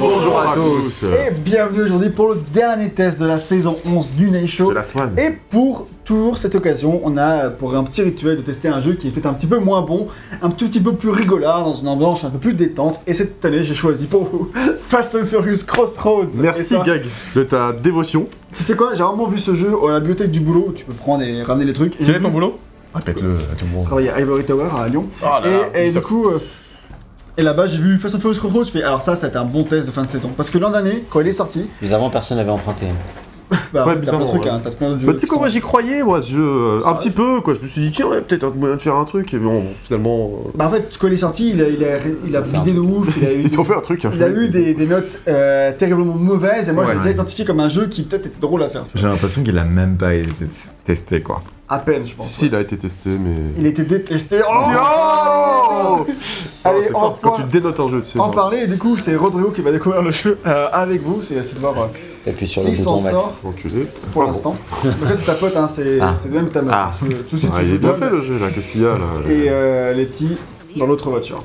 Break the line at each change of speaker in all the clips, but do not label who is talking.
Bonjour à tous.
Et bienvenue aujourd'hui pour le dernier test de la saison 11 du Night Show.
The Last One.
Et pour toujours cette occasion, on a euh, pour un petit rituel de tester un jeu qui est peut-être un petit peu moins bon, un tout petit peu plus rigolard, dans une ambiance un peu plus détente. Et cette année, j'ai choisi pour vous Fast and Furious Crossroads.
Merci
Et ça,
Gag de ta dévotion.
Tu sais quoi, j'ai vraiment vu ce jeu à la bibliothèque du boulot, où tu peux prendre et ramener les trucs. Et j'ai
Quel est
vu-
ton boulot
Répète-le à tout le
Je
monde.
travaillais à Ivory Tower à Lyon.
Oh là là,
et et du
Ubisoft.
coup. euh, et là-bas, j'ai vu Fast and Furious Crossroads. Je fais alors ça, c'était un bon test de fin de saison. Parce que l'an dernier, quand il est sorti,
Mais avant, personne n'avait emprunté.
bah,
Ouais,
t'as plein de
bizarrement,
trucs,
ouais.
hein, t'as plein de jeux.
Bah, tu sais
qui
quoi,
sont-
moi j'y croyais, moi, ce jeu, euh,
Ça
un
va.
petit peu, quoi. Je me suis dit, tiens, ouais, peut-être un moyen de faire un truc. Et bon, finalement, euh,
Bah en fait, quand il est sorti, il a, il a, il a vidé de ouf, il a eu,
ils ont fait un truc. hein.
il a eu des, des notes euh, terriblement mauvaises, et moi je l'ai
Ouais.
déjà identifié comme un jeu qui peut-être était drôle à faire.
J'ai l'impression qu'il a même pas été testé quoi.
À peine, je pense.
Si, si, il a été testé, mais.
Il était détesté. Oh
Oh
Allez,
C'est
on
fort,
va
parce que quand tu dénotes un jeu, tu sais.
en
genre.
parler, et du coup, c'est Rodrigo qui va découvrir le jeu euh, avec vous, c'est c'est de voir euh,
T'appuies sur le
s'il s'en
bouton Mac.
sort
Enculé.
pour
Ah, bon.
l'instant. Après, c'est ta pote, hein, c'est
Ah.
c'est même ta meuf.
Ah.
Tout- Tout de suite,
Ah,
tu
il est
joues
bien
bien,
fait le jeu, là. Qu'est-ce qu'il y a, là
Et euh, Letty dans l'autre voiture.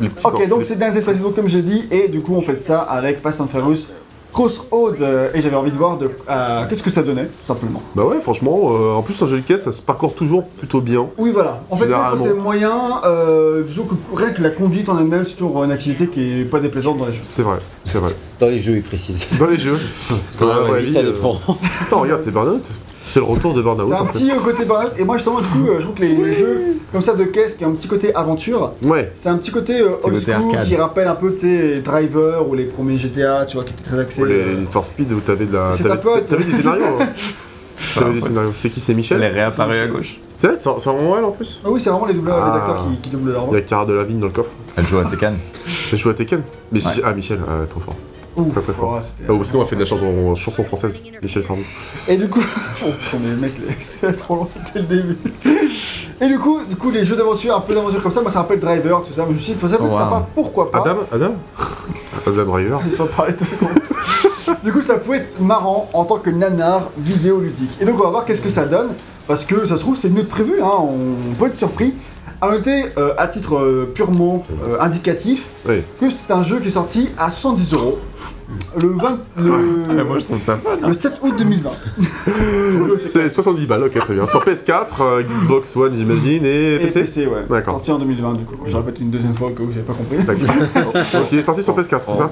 Les petits
Ok,
corps-
donc
les-
c'est dernière saison comme j'ai dit, et du coup on fait ça avec Fast and Furious Crossroads, euh, et j'avais envie de voir de, euh, qu'est-ce que ça donnait, tout simplement.
Bah ouais, franchement, euh, en plus, un jeu de caisse, ça se parcourt toujours plutôt bien.
Oui voilà, en fait
Généralement.
c'est moyen, euh, disons que rien que la conduite en elle-même, c'est toujours une activité qui est pas déplaisante dans les jeux.
C'est vrai, c'est vrai.
Dans les jeux, il précise.
Dans les jeux. Parce que,
Ah,
dans la
ouais,
vie,
lui, ça
euh,
dépend.
Attends, regarde, c'est Burnout. C'est le retour de Burnout,
C'est un
en fait.
petit euh, côté barrette, et moi justement du coup euh, je trouve que les, les jeux comme ça de caisse qui ont un petit côté aventure,
Ouais.
c'est un petit côté euh,
Petit
old
côté
school
arcade.
qui rappelle un peu tu sais Driver ou les premiers GTA, tu vois, qui étaient très axés.
Ou les, les
euh,
Need for Speed où t'avais de la.
C'est
T'avais,
ta pote.
t'avais des scénarios. hein. T'avais des scénarios. C'est qui C'est
Elle est
Michel
réapparue à gauche.
C'est vrai, c'est un Royal en plus.
Ah oui, c'est vraiment les doubleurs, les
Ah.
acteurs qui, qui doublent leur
Il y
voix.
a Cara de la Vigne dans le coffre.
Elle joue à Tekken.
Elle joue à Tekken. Mais
Ouais.
j'ai- Ah, Michel, ah, trop fort.
Ouf,
Très, très fort.
ouais, c'était-
Ah, ou sinon, on a fait de la chanson, chanson française. Michel Sardou.
Et du coup, oh putain, mais mec, c'est trop long dès le début. Et du coup, du coup, les jeux d'aventure, un peu d'aventure comme ça, moi ça rappelle Driver, tout ça. Mais je me suis dit, ça peut être
Wow.
sympa, pourquoi pas
Adam Adam Adam Driver.
Ils sont parlé tout le Du coup, ça peut être marrant en tant que nanar vidéoludique. Et donc, on va voir qu'est-ce que ça donne, parce que ça se trouve, c'est mieux que prévu, hein, on peut être surpris. À noter, euh, à titre euh, purement euh, indicatif,
Oui.
que c'est un jeu qui est sorti à 110 euros le, 20
Ouais,
le,
moi je trouve ça fun.
le 7 août 2020.
C'est 70 balles, ok, très bien. Sur PS4, euh, Xbox One, j'imagine, et
Et
PC.
PC, ouais.
D'accord.
Sorti en 2020, du coup. Je répète une deuxième fois au cas où vous n'avez pas compris.
D'accord. Donc, il est sorti sur PS4, c'est ça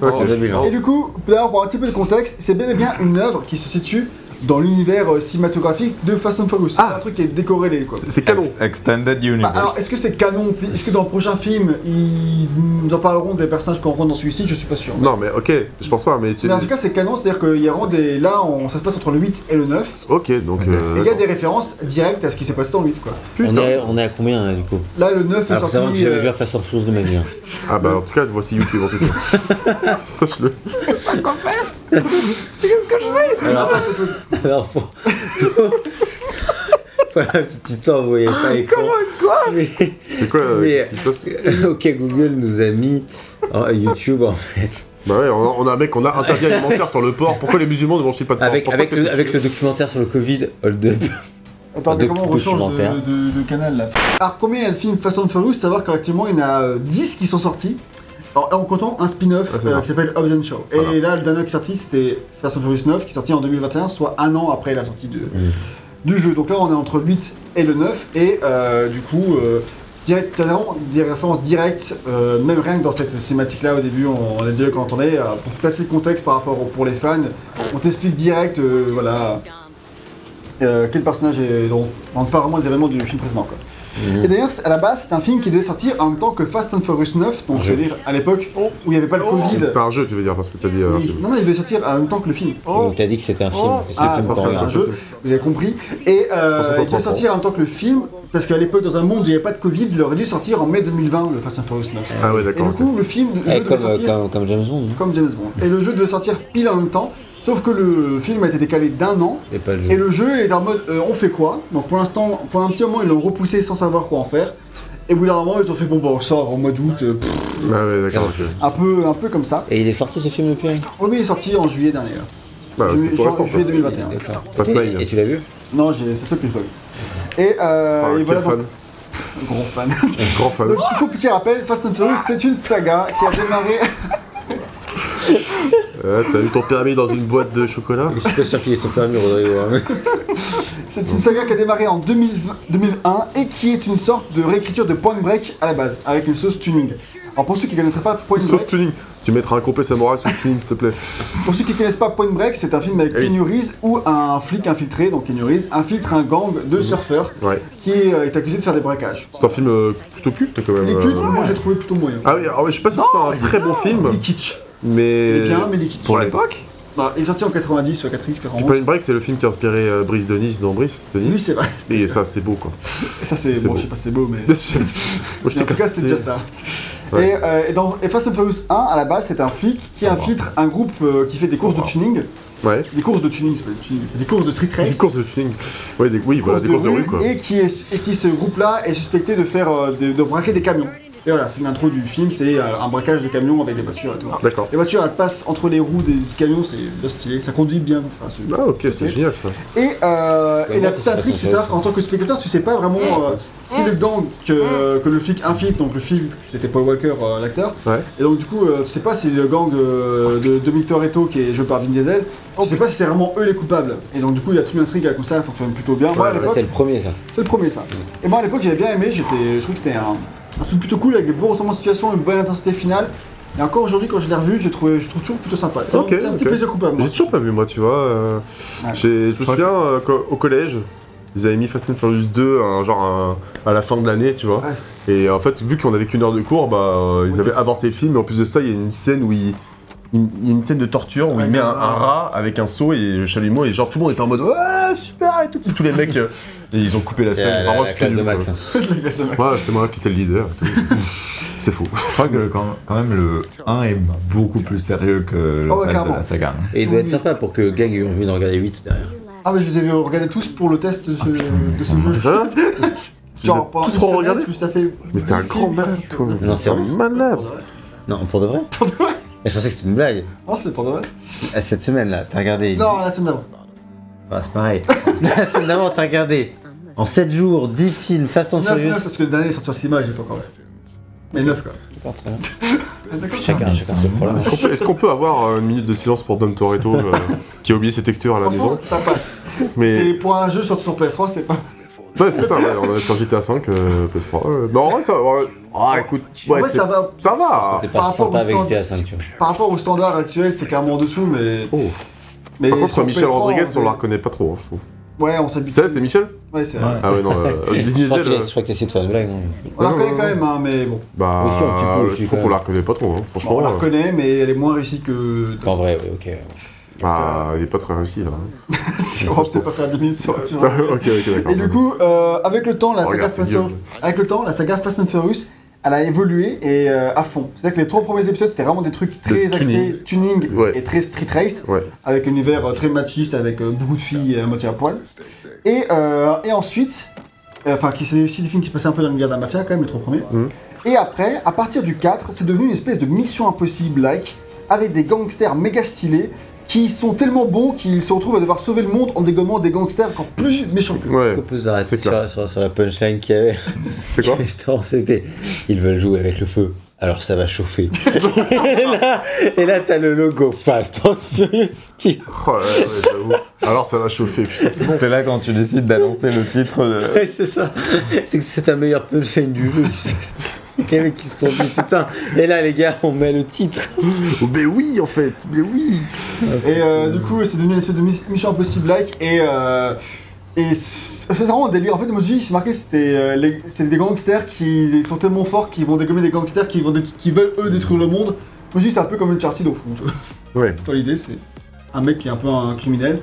En 2020.
Et du coup, d'ailleurs, pour un petit peu de contexte, c'est bien et bien une œuvre qui se situe dans l'univers euh, cinématographique de Fast and Furious. C'est
Ah.
un truc qui est décorrélé, quoi.
C'est c'est canon.
Ex- Extended
Bah,
Universe.
alors, est-ce que c'est canon fi- Est-ce que dans le prochain film, ils nous en parleront des personnages qu'on rencontre dans celui-ci Je suis pas sûr.
Non, mais ok, je pense pas, mais tu.
Mais en tout cas, c'est canon, c'est-à-dire qu'il y a vraiment des. Là, on- ça se passe entre le 8 et le 9.
Ok, donc. euh,
Et il y a des références directes à ce qui s'est passé dans le 8, quoi.
On
putain.
est, à- on est à combien là, du coup
Là, le 9 est
Alors, faut savoir que
sorti.
j'avais
euh,
déjà fait sans chose de ma vie. hein.
Ah bah en tout cas voici YouTube en tout cas. Sache-le.
Alors, alors faut... voilà la petite histoire, vous voyez
Oh,
pas les Comment quoi mais,
C'est quoi euh,
Mais-
qu'est-ce qui se passe
Ok, Google nous a mis en- YouTube hein. en fait.
Bah ouais, on a, on a un mec, on a interdit alimentaire sur le porc. Pourquoi les musulmans ne mangent pas de porc Je
Avec,
pense pas
avec,
que
le,
c'était-
avec le documentaire sur le Covid, Hold Up.
Attends, mais
Doc-
comment on rechange de,
documentaire.
de- de canal là Alors, combien il y a de films Fast and Furious Savoir qu'actuellement il y en a euh, 10 qui sont sortis. En, en comptant un spin-off
Ah, c'est
euh,
ça.
qui s'appelle Hobbs and Shaw. Et là, le dernier qui est sorti, c'était Fast and Furious 9, qui est sorti en 2021, soit un an après la sortie de,
Mm.
du jeu. Donc là, on est entre le 8 et le 9, et euh, du coup, euh, direct- t'as vraiment des références directes, euh, même rien que dans cette cinématique là au début, on, on a déjà quand on entendait, euh, pour placer le contexte par rapport au- pour les fans, on t'explique direct, euh, voilà. Euh, quel personnage est dont on parle vraiment des événements du film précédent quoi.
Mhm.
Et d'ailleurs c'est- à la base c'est un film qui devait sortir en même temps que Fast and Furious 9, donc je veux dire à l'époque où il n'y avait pas le Covid.
C'était un jeu, tu veux dire, parce que t'as dit. euh,
Oui,
c'est-
Non non il devait sortir en même temps que le film.
Donc t'as dit que c'était un film. que c'était
Oh. Ah,
une
ça,
bande
c'est
originale.
un jeu, vous avez compris. Et euh,
C'est
il
pour ça qu'on
devait
comprend.
sortir en même temps que le film, parce qu'à l'époque, dans un monde où il n'y avait pas de Covid, il aurait dû sortir en mai 2020, le Fast and Furious 9.
Ah ouais,
Et
d'accord.
du
ok.
coup, le film, le
Eh,
jeu devait
comme, euh,
sortir
comme, comme James Bond. hein.
comme James Bond. Et le jeu devait sortir pile en même temps, sauf que le film a été décalé d'un an,
Et pas le jeu.
et le jeu est en mode euh, on fait quoi Donc pour l'instant, pour un petit moment, ils l'ont repoussé sans savoir quoi en faire. Et au bout d'un moment, ils ont fait bon, bah on sort en mois d'août, euh, pff,
Ah ouais, d'accord. ok.
un, peu, un peu comme ça.
Et il est sorti ce film depuis hein
Oui, il est sorti en juillet dernier. là.
Bah,
Ju-
c'est tout
ju-
récent. quoi.
juillet 2021.
D'accord.
Fast Nine.
Et, et tu l'as vu
Non, j'ai- c'est ça que j'ai pas vu. Et, euh,
Ah,
et
quel
voilà, donc,
fan.
gros fan.
Grand fan.
Donc, du coup, petit rappel, Fast and Furious, c'est une saga qui a démarré.
Euh, T'as eu ton permis dans une boîte de chocolat
Je suis pas sûr qu'il ait son permis, Rodrigo. hein.
C'est une saga qui a démarré en 2020 2001 et qui est une sorte de réécriture de Point Break à la base, avec une sauce tuning. Alors pour ceux qui ne connaîtraient pas Point
Sauce
Break,
tuning. Tu mettras un complet samouraï sauce tuning, s'il te plaît.
pour ceux qui connaissent pas Point Break, c'est un film avec
Eh oui.
Keanu Reeves où un flic infiltré, donc Keanu Reeves, infiltre un gang de surfeurs
Mhm. Ouais.
qui est, euh, est accusé de faire des braquages.
C'est un film euh, plutôt culte quand même.
Les cultes,
euh.
moi j'ai trouvé plutôt moyen.
Ah oui, alors, je suis pas sûr que ce soit un très bon film,
Il est kitsch. Il
mais.
est bien, mais il est kitsch.
Pour l'époque
Bah, il est sorti en 90, soit 90,
Puis
91.
Point Break, c'est le film qui a inspiré euh, Brice de Nice dans Brice de
Oui,
Nice.
c'est vrai.
Et ça, c'est beau quoi.
Ça, c'est
C'est
bon,
beau.
je sais pas si c'est beau, mais.
Moi, je
Mais
t'ai
en tout cas, c'est
cassé.
déjà ça.
Ouais. Ah.
Et, euh, et dans et Fast and Furious 1, à la base, c'est un flic qui infiltre un groupe euh, qui fait des courses de
revoir.
tuning.
Ouais.
Des courses de tuning, c'est pas des tuning, des courses de street race.
Des courses de tuning. Ouais, des, oui, voilà, des courses de rue quoi.
Et qui, est, et qui ce groupe-là est suspecté de faire euh, de, de braquer des camions. Et voilà, c'est l'intro du film, c'est euh, un braquage de camions avec des voitures et tout.
D'accord.
Les voitures, elles passent entre les roues des camions, c'est bien stylé, ça conduit bien. Enfin, c'est-
Ah, ok, c'est génial ça.
Et, euh,
Ouais,
et la
bon,
petite
c'est pas
intrigue, c'est
sympa,
ça, qu'en tant que spectateur, tu sais pas vraiment euh, si le gang que, que le flic infiltre, donc le flic, c'était Paul Walker, euh, l'acteur,
Ouais.
et donc du coup, euh, tu sais pas si le gang euh, de, de Victor Eto, qui est joué par Vin Diesel, tu sais pas si c'est vraiment eux les coupables. Et donc du coup, il y a toute une intrigue euh, comme ça, elle fonctionne plutôt bien. Moi, à
Ça,
l'époque,
c'est le premier, ça.
c'est le premier, ça. Et moi, à l'époque, j'avais bien aimé, j'étais, je trouvais que c'était un, un film plutôt cool, avec des bons retournements de situation, une bonne intensité finale. Et encore aujourd'hui, quand je l'ai revu, je, trouvé, je trouve toujours plutôt sympa. C'est un-
Ok,
c'est un, petit
ok.
plaisir coupable. moi.
J'ai toujours pas vu moi, tu vois. euh,
Ouais.
j'ai- Je me souviens euh, qu'au- au collège, ils avaient mis Fast and Furious 2 un, genre un- à la fin de l'année, tu vois. Et en fait, vu qu'on avait qu'une heure de cours, bah, euh, ils
Ouais,
avaient
t'es-
avorté le film. Et en plus de ça, il y a une scène où il. il- il y a une scène de torture où
Ouais,
il met
ça
un, un
va.
rat avec un seau et le chalumeau et genre tout le monde était en mode ouais super et tout tous les mecs euh, et ils ont coupé la
C'est
scène.
la,
Enfin,
la,
moi,
la
c'était
classe
du-
de Max. hein.
Ouais, c'est moi qui étais le leader. et tout. C'est fou.
Je crois que quand, quand même le 1 est beaucoup plus sérieux que le
Ah
Oh,
ouais,
reste de
clairement.
la saga. hein.
Et il doit être sympa pour que Gag ait envie d'en regarder 8 derrière.
Ah mais je les avais regardés tous pour le test de ce, de ce jeu.
Ah, Ça
Genre,
Vous
pendant
avez tous
une semaine, tout
re-regardé
ça fait...
Mais t'es un grand malade, toi.
Non, c'est
Un
vrai.
malade.
Non, pour de vrai Pour de vrai Je pensais que c'était une blague.
Oh, c'est pas vrai.
À cette semaine-là, t'as regardé.
Non, la semaine d'avant.
Bah, c'est pareil. La semaine d'avant, t'as regardé. En 7 jours, 10 films, Fast and
9,
Furious.
parce que le dernier est sorti sur cinéma, j'ai pas encore. Mais 9 quoi.
Chacun, chacun ses problèmes.
Est-ce qu'on peut, est-ce qu'on peut avoir euh, une minute de silence pour Don Toretto euh, qui a oublié ses textures à la
Franchement,
maison
ça passe.
Mais
Et pour un jeu sorti sur PS3, c'est pas...
ouais, c'est ça, ouais, on est sur GTA V, euh, PS3. euh, mais en vrai, ça. ouais, ah, écoute, ouais,
Ouais,
c'est-
ça va.
Ça va.
T'es
Par
pas
rapport
sympa
au
avec
stand-
GTA 5, tu vois.
Par rapport au standard actuel, c'est carrément en dessous, mais...
Oh.
mais
Par contre,
sur
Michel
PS3,
Rodriguez, on
fait-
la reconnaît pas trop, hein, je trouve.
Ouais, on s'habitue.
C'est elle, c'est Michel
Ouais, c'est
Ouais.
vrai.
Ah ouais, non. euh, Vin
Je crois
Diesel,
qu'il a-
euh,
je crois que t'essayes de faire une blague, non
On la
Non,
reconnaît
non,
quand même, hein, mais bon.
bah,
Aussi, un petit peu aussi,
je
quand
trouve qu'on
même.
la reconnaît pas trop, hein, franchement.
On la
euh,
reconnaît, mais elle est moins réussie que...
En vrai, oui, ok.
bah, il est pas très réussi là.
On va peut-être pas faire 10 minutes sur... sur un-
ok, ok, d'accord.
Et du coup, euh, avec le temps, la
Oh,
saga
regarde, c'est
Fast and...
Guillaume.
avec le temps, la saga Fast and Furious, elle a évolué et euh, à fond. C'est-à-dire que les trois premiers épisodes, c'était vraiment des trucs très
Le
axés tuning
Ouais.
et très street race,
Ouais.
avec un univers euh, très machiste, avec euh, beaucoup de filles euh, à moitié à poil. Et, euh, et ensuite, euh, enfin, qui c'est aussi des films qui se passaient un peu dans l'univers de la mafia quand même, les trois premiers.
Mhm.
Et après, à partir du 4, c'est devenu une espèce de Mission Impossible-like, avec des gangsters méga stylés, qui sont tellement bons qu'ils se retrouvent à devoir sauver le monde en dégommant des gangsters encore plus méchants que
Ouais,
Qu'on peut s'arrêter
Euh, C'est clair.
sur, sur- sur la punchline qu'il y avait
c'est quoi
Justement, c'était ils veulent jouer avec le feu. Alors ça va chauffer. et là, et là, t'as le logo Fast and Furious qui
Oh, ouais, ouais, j'avoue. Alors ça va chauffer, putain, c'est bon.
C'est là quand tu décides d'annoncer le titre. de-
Ouais, c'est ça. C'est que c'est ta meilleure punchline du jeu, tu sais. C'est que les mecs qui se sont dit putain. Et là, les gars, on met le titre.
Oh, Mais oui, en fait, mais oui
Et euh, du coup, c'est devenu une espèce de Miss- Mission Impossible-like. Et, euh, et c'est c'est vraiment un délire. En fait, Moji, il s'est marqué, c'était euh, les- c'est des gangsters qui sont tellement forts qu'ils vont dégommer des gangsters qui, vont dé- qui veulent eux détruire le monde. Moji, c'est un peu comme une Uncharted au fond. tu vois.
Ouais.
Dans l'idée, c'est un mec qui est un peu un criminel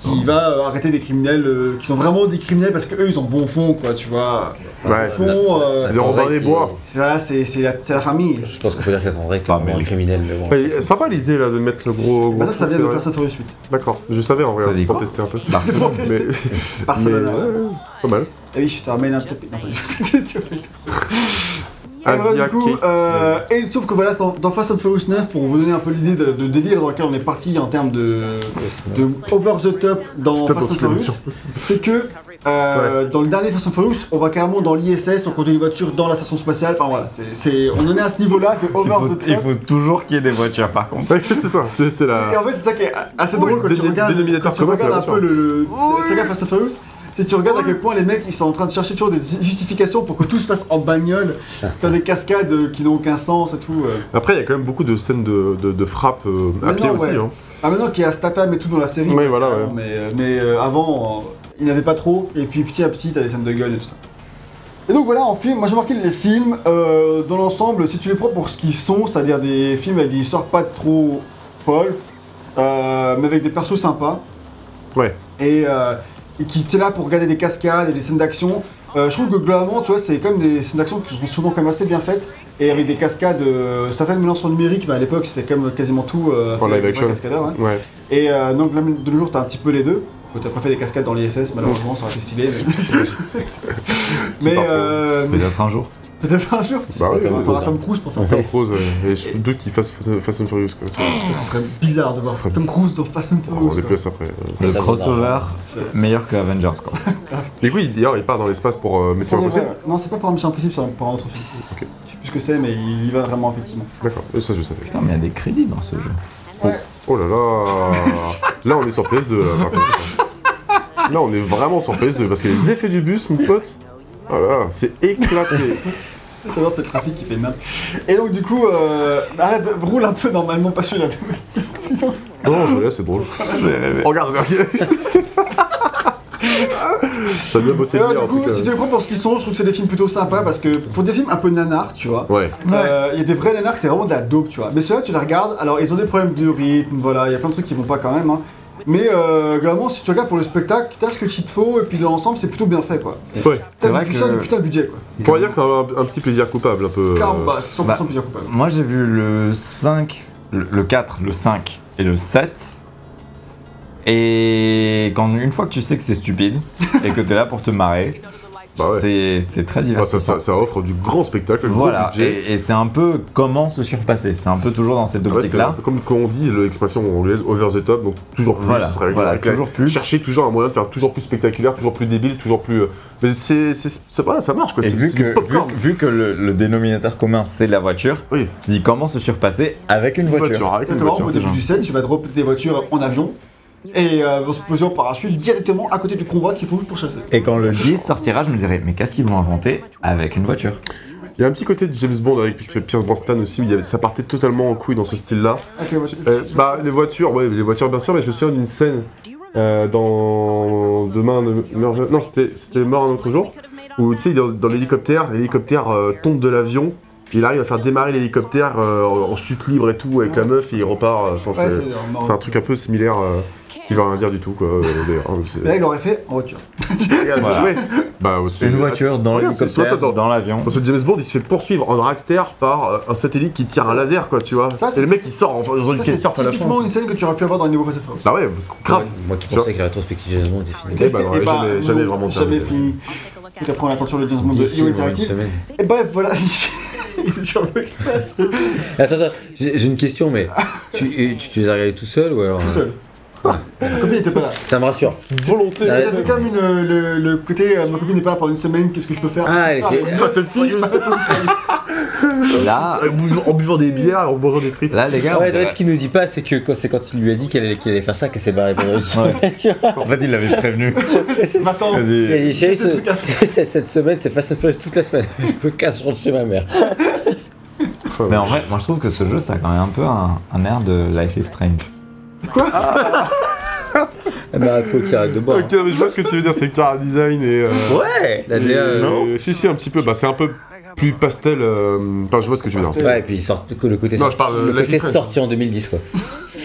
qui
Oh.
va euh, arrêter des criminels euh, qui sont vraiment des criminels parce qu'eux ils ont bon fond, quoi, tu vois.
Ouais,
Fond, euh,
C'est des Robin des Bois.
ça, c'est c'est la, c'est la famille.
Je pense qu'on peut dire qu'en vrai, t'es
Ah, mais
un
oui.
criminel, mais bon.
Ouais, sympa l'idée là de mettre le gros. gros
Bah, ça, ça
truc,
vient de
ouais.
Fast and Furious 8.
D'accord, je savais en vrai,
Ça
hein,
dit
c'est pour
quoi
tester un peu.
Barcelone.
Mais. mais,
Barcelone. ouais.
ouais, Pas mal.
Ah oui, je te ramène un topic. Non, pas du tout. Et voilà,
Asia
du coup,
Kate,
euh, et sauf que voilà, dans, dans Fast and Furious 9, pour vous donner un peu l'idée de, de délire dans lequel on est parti en termes de, de over the top dans
Stop
Fast and
of
Furious, c'est que euh, dans le dernier Fast and Furious, on va carrément dans l'ISS, on conduit une voiture dans la station spatiale. Enfin voilà, c'est, c'est- on en est à ce niveau-là de
Il
over
faut,
the
il
top.
faut toujours qu'il y ait des voitures par contre.
Ouais, c'est ça, c'est c'est
Et
la.
en fait, c'est ça qui est assez
Oui,
drôle quand
dé-
tu
dé-
regardes,
dénominateur
quand tu
commun, c'est la
regardes un peu
voiture.
le la saga Fast and Furious. Si tu regardes à quel point les mecs ils sont en train de chercher toujours des justifications pour que tout se passe en bagnole, t'as des cascades qui n'ont aucun sens et tout. euh.
Après, il y a quand même beaucoup de scènes de, de, de frappe euh, à
Mais
pied
non,
aussi.
ouais.
Hein.
Ah maintenant qu'il y a Statham et tout dans la série.
Oui, voilà,
carrément,
ouais.
Mais, euh, mais, euh, avant, euh, il n'y en avait pas trop. Et puis petit à petit, t'as des scènes de gueule et tout ça. Et donc voilà, en film, moi j'ai marqué les films, euh, dans l'ensemble, si tu les prends pour ce qu'ils sont, c'est-à-dire des films avec des histoires pas trop folles, euh, mais avec des persos sympas,
Ouais.
et, euh, et qui étaient là pour regarder des cascades et des scènes d'action. Euh, je trouve que globalement, tu vois, c'est quand même des scènes d'action qui sont souvent quand même assez bien faites, et avec des cascades, euh, certaines mélangent sur numérique, mais à l'époque c'était quand même quasiment tout euh,
En
fait avec
live
des
action.
vrais cascadeurs, hein.
Ouais.
Et euh, donc là, de nos jours, t'as un petit peu les deux. Bon, T'as pas fait des cascades dans l'ISS, malheureusement, ça aurait été stylé. Mais,
C'est pas
mais
trop.
euh,
Peut-être un jour.
peut-être pas un jour.
Ce
Bah
serait
oui,
Tom
Il faudra
Cruise,
Tom
hein.
Cruise pour faire ça.
Tom Cruise, euh, et je doute qu'il fasse Fa- Fast and Furious. Quoi.
Ce serait bizarre de
Ce
voir
serait-
Tom Cruise dans Fast and
Alors, on
Furious.
est
quoi.
plus après. euh.
Le
Ça,
crossover meilleur que Avengers quoi.
Du coup, il- d'ailleurs, il part dans l'espace pour euh, Mission
Pour de vrai,
Impossible.
ouais. Non, c'est pas pour un Mission Impossible, c'est pour un autre film.
Ok.
Je sais plus ce que c'est, mais il y va vraiment, effectivement.
D'accord, euh, ça je savais.
Putain mais il y a des crédits dans ce jeu.
Oh là là Là, on est sur PS2, là, par contre. Là, on est vraiment sur PS2, parce que les effets du bus, mon pote, oh là, là, c'est éclaté.
C'est vrai, c'est le trafic qui fait mal. Et donc, du coup, euh, arrête, de- roule un peu normalement, pas celui-là. Sinon,
Non, je regarde, c'est drôle. Regarde, regarde. Ça a bien bossé
Et ouais,
bien, en
Euh, du
tout
coup,
cas.
si tu les prends pour ce qu'ils sont, je trouve que c'est des films plutôt sympas parce que pour des films un peu nanars, tu vois.
Ouais.
Euh, Il y a des vrais nanars, c'est vraiment de la dope, tu vois. Mais ceux-là, tu les regardes, alors ils ont des problèmes de rythme, voilà, il y a plein de trucs qui vont pas quand même. hein. Mais euh, globalement, si tu regardes pour le spectacle, t'as ce que tu te faut, et puis dans l'ensemble, c'est plutôt bien fait, quoi.
ouais.
C'est
vrai
vrai que ça
que-
du putain de budget, quoi.
On pourrait dire que c'est un, un petit plaisir coupable, un peu. euh,
Car bah, c'est 100%
bah.
plaisir coupable.
Moi j'ai vu le 5, le, le 4, le 5 et le 7. Et quand une fois que tu sais que c'est stupide et que t'es là pour te marrer,
Bah ouais.
c'est- c'est très
bah,
divers.
ça, ça- ça offre du grand spectacle, du gros
voilà,
budget.
et, et c'est un peu comment se surpasser. C'est un peu toujours dans cette
Ah ouais, c'est
optique-là.
un peu comme quand on dit l'expression anglaise over the top, donc toujours plus.
Voilà,
avec-
voilà,
avec la-
toujours plus.
Chercher toujours un moyen de faire toujours plus spectaculaire, toujours plus débile, toujours plus. euh, Mais c'est, c'est, c'est pas- ça marche quoi.
Et
c'est,
vu
c'est du
que, vu,
popcorn.
vu que le, le dénominateur commun c'est la voiture,
Oui.
tu dis comment se surpasser avec une
Une
voiture.
voiture, avec une
Simplement,
voiture.
au
c'est
début
genre.
du set, tu vas dropper tes voitures en avion, et euh, vont se poser en parachute directement à côté du convoi qu'il faut pour chasser.
Et quand le 10 sortira, je me dirai, mais qu'est-ce qu'ils vont inventer avec une voiture
Il y a un petit côté de James Bond avec Pierce Brosnan aussi, il y avait- ça partait totalement en couille dans ce style-là.
Avec les voitures.
Euh, bah, les voitures, ouais, les voitures bien sûr, mais je me souviens d'une scène euh, dans Demain, ne meurt- non, c'était, c'était Mort un autre jour, où tu sais, dans, dans l'hélicoptère, l'hélicoptère euh, tombe de l'avion, puis il arrive à faire démarrer l'hélicoptère euh, en chute libre et tout, avec la meuf, et il repart. euh, Enfin,
Ouais,
c'est,
c'est marrant.
c'est un truc un peu similaire euh, qui veut rien dire du tout, quoi. euh, d'ailleurs, hein, c'est-
Mais Là, il l'aurait fait en voiture.
Voilà.
Ouais. Bah, aussi-
Une voiture dans
Regarde, c'est soit
l'hélicoptère,
dans-
dans, l'avion.
Dans ce James Bond, il se fait poursuivre en dragster par euh, un satellite qui tire un laser, quoi, tu vois.
Ça, c'est-
et le mec, il sort en faisant du
Ça, C'est
kitesurf à la fin.
typiquement une scène que tu aurais pu avoir dans les nouveaux Fast and Furious.
Bah ouais, grave.
Moi qui
Tu vois.
pensais que la rétrospective James Bond était finie.
Eh ben, on aurait
Et
jamais-
bah,
jamais
non,
vraiment
jamais
terminé.
fini. Et après, on attend sur le James Bond de
Dix
IO
films en une
Interactive.
semaine.
Et bref, voilà. Il est sur le classe.
Attends, attends, j'ai j'ai une question, mais tu, tu, tu les as regardés tout seul ou alors euh,
Tout seul. Ma copine n'était pas là.
Ça me rassure.
Volonté.
Ah,
J'avais comme une, euh, le, le côté euh, ma copine n'est pas là pendant une semaine, qu'est-ce que je peux faire
Ah, elle était-
Fast and Furious.
Là,
Ah, En buvant des bières, en mangeant des frites.
là, les gars,
Ah ouais,
on dirait-
Dredd, ce qu'il nous dit pas, c'est que quand, c'est quand il lui a dit qu'elle allait, qu'elle allait faire ça, qu'elle s'est barrée pendant une semaine.
Ouais.
Tu vois
en fait, il l'avait prévenu.
Maintenant,
Il a dit, chérie,
J'ai des
ce-
trucs à
cette cette semaine, c'est Fast and Furious toute la semaine. Je me casse, je rentre chez ma mère.
Mais en vrai, moi je trouve que ce jeu, ça a quand même un peu un, un air de Life is Strange.
Elle m'a rappelé au carré de bord.
Ok, mais je vois ce que tu veux dire, c'est que t'as un design et. euh,
Ouais La
et-
DA, euh,
euh, Si, si, un petit peu. Bah, c'est un peu plus pastel. euh, Enfin, je vois ce que tu veux dire.
Ouais, et puis il sort, le côté,
Non,
sorti,
je parle, euh,
le
Life is
côté
Strange.
sorti en 2010, quoi.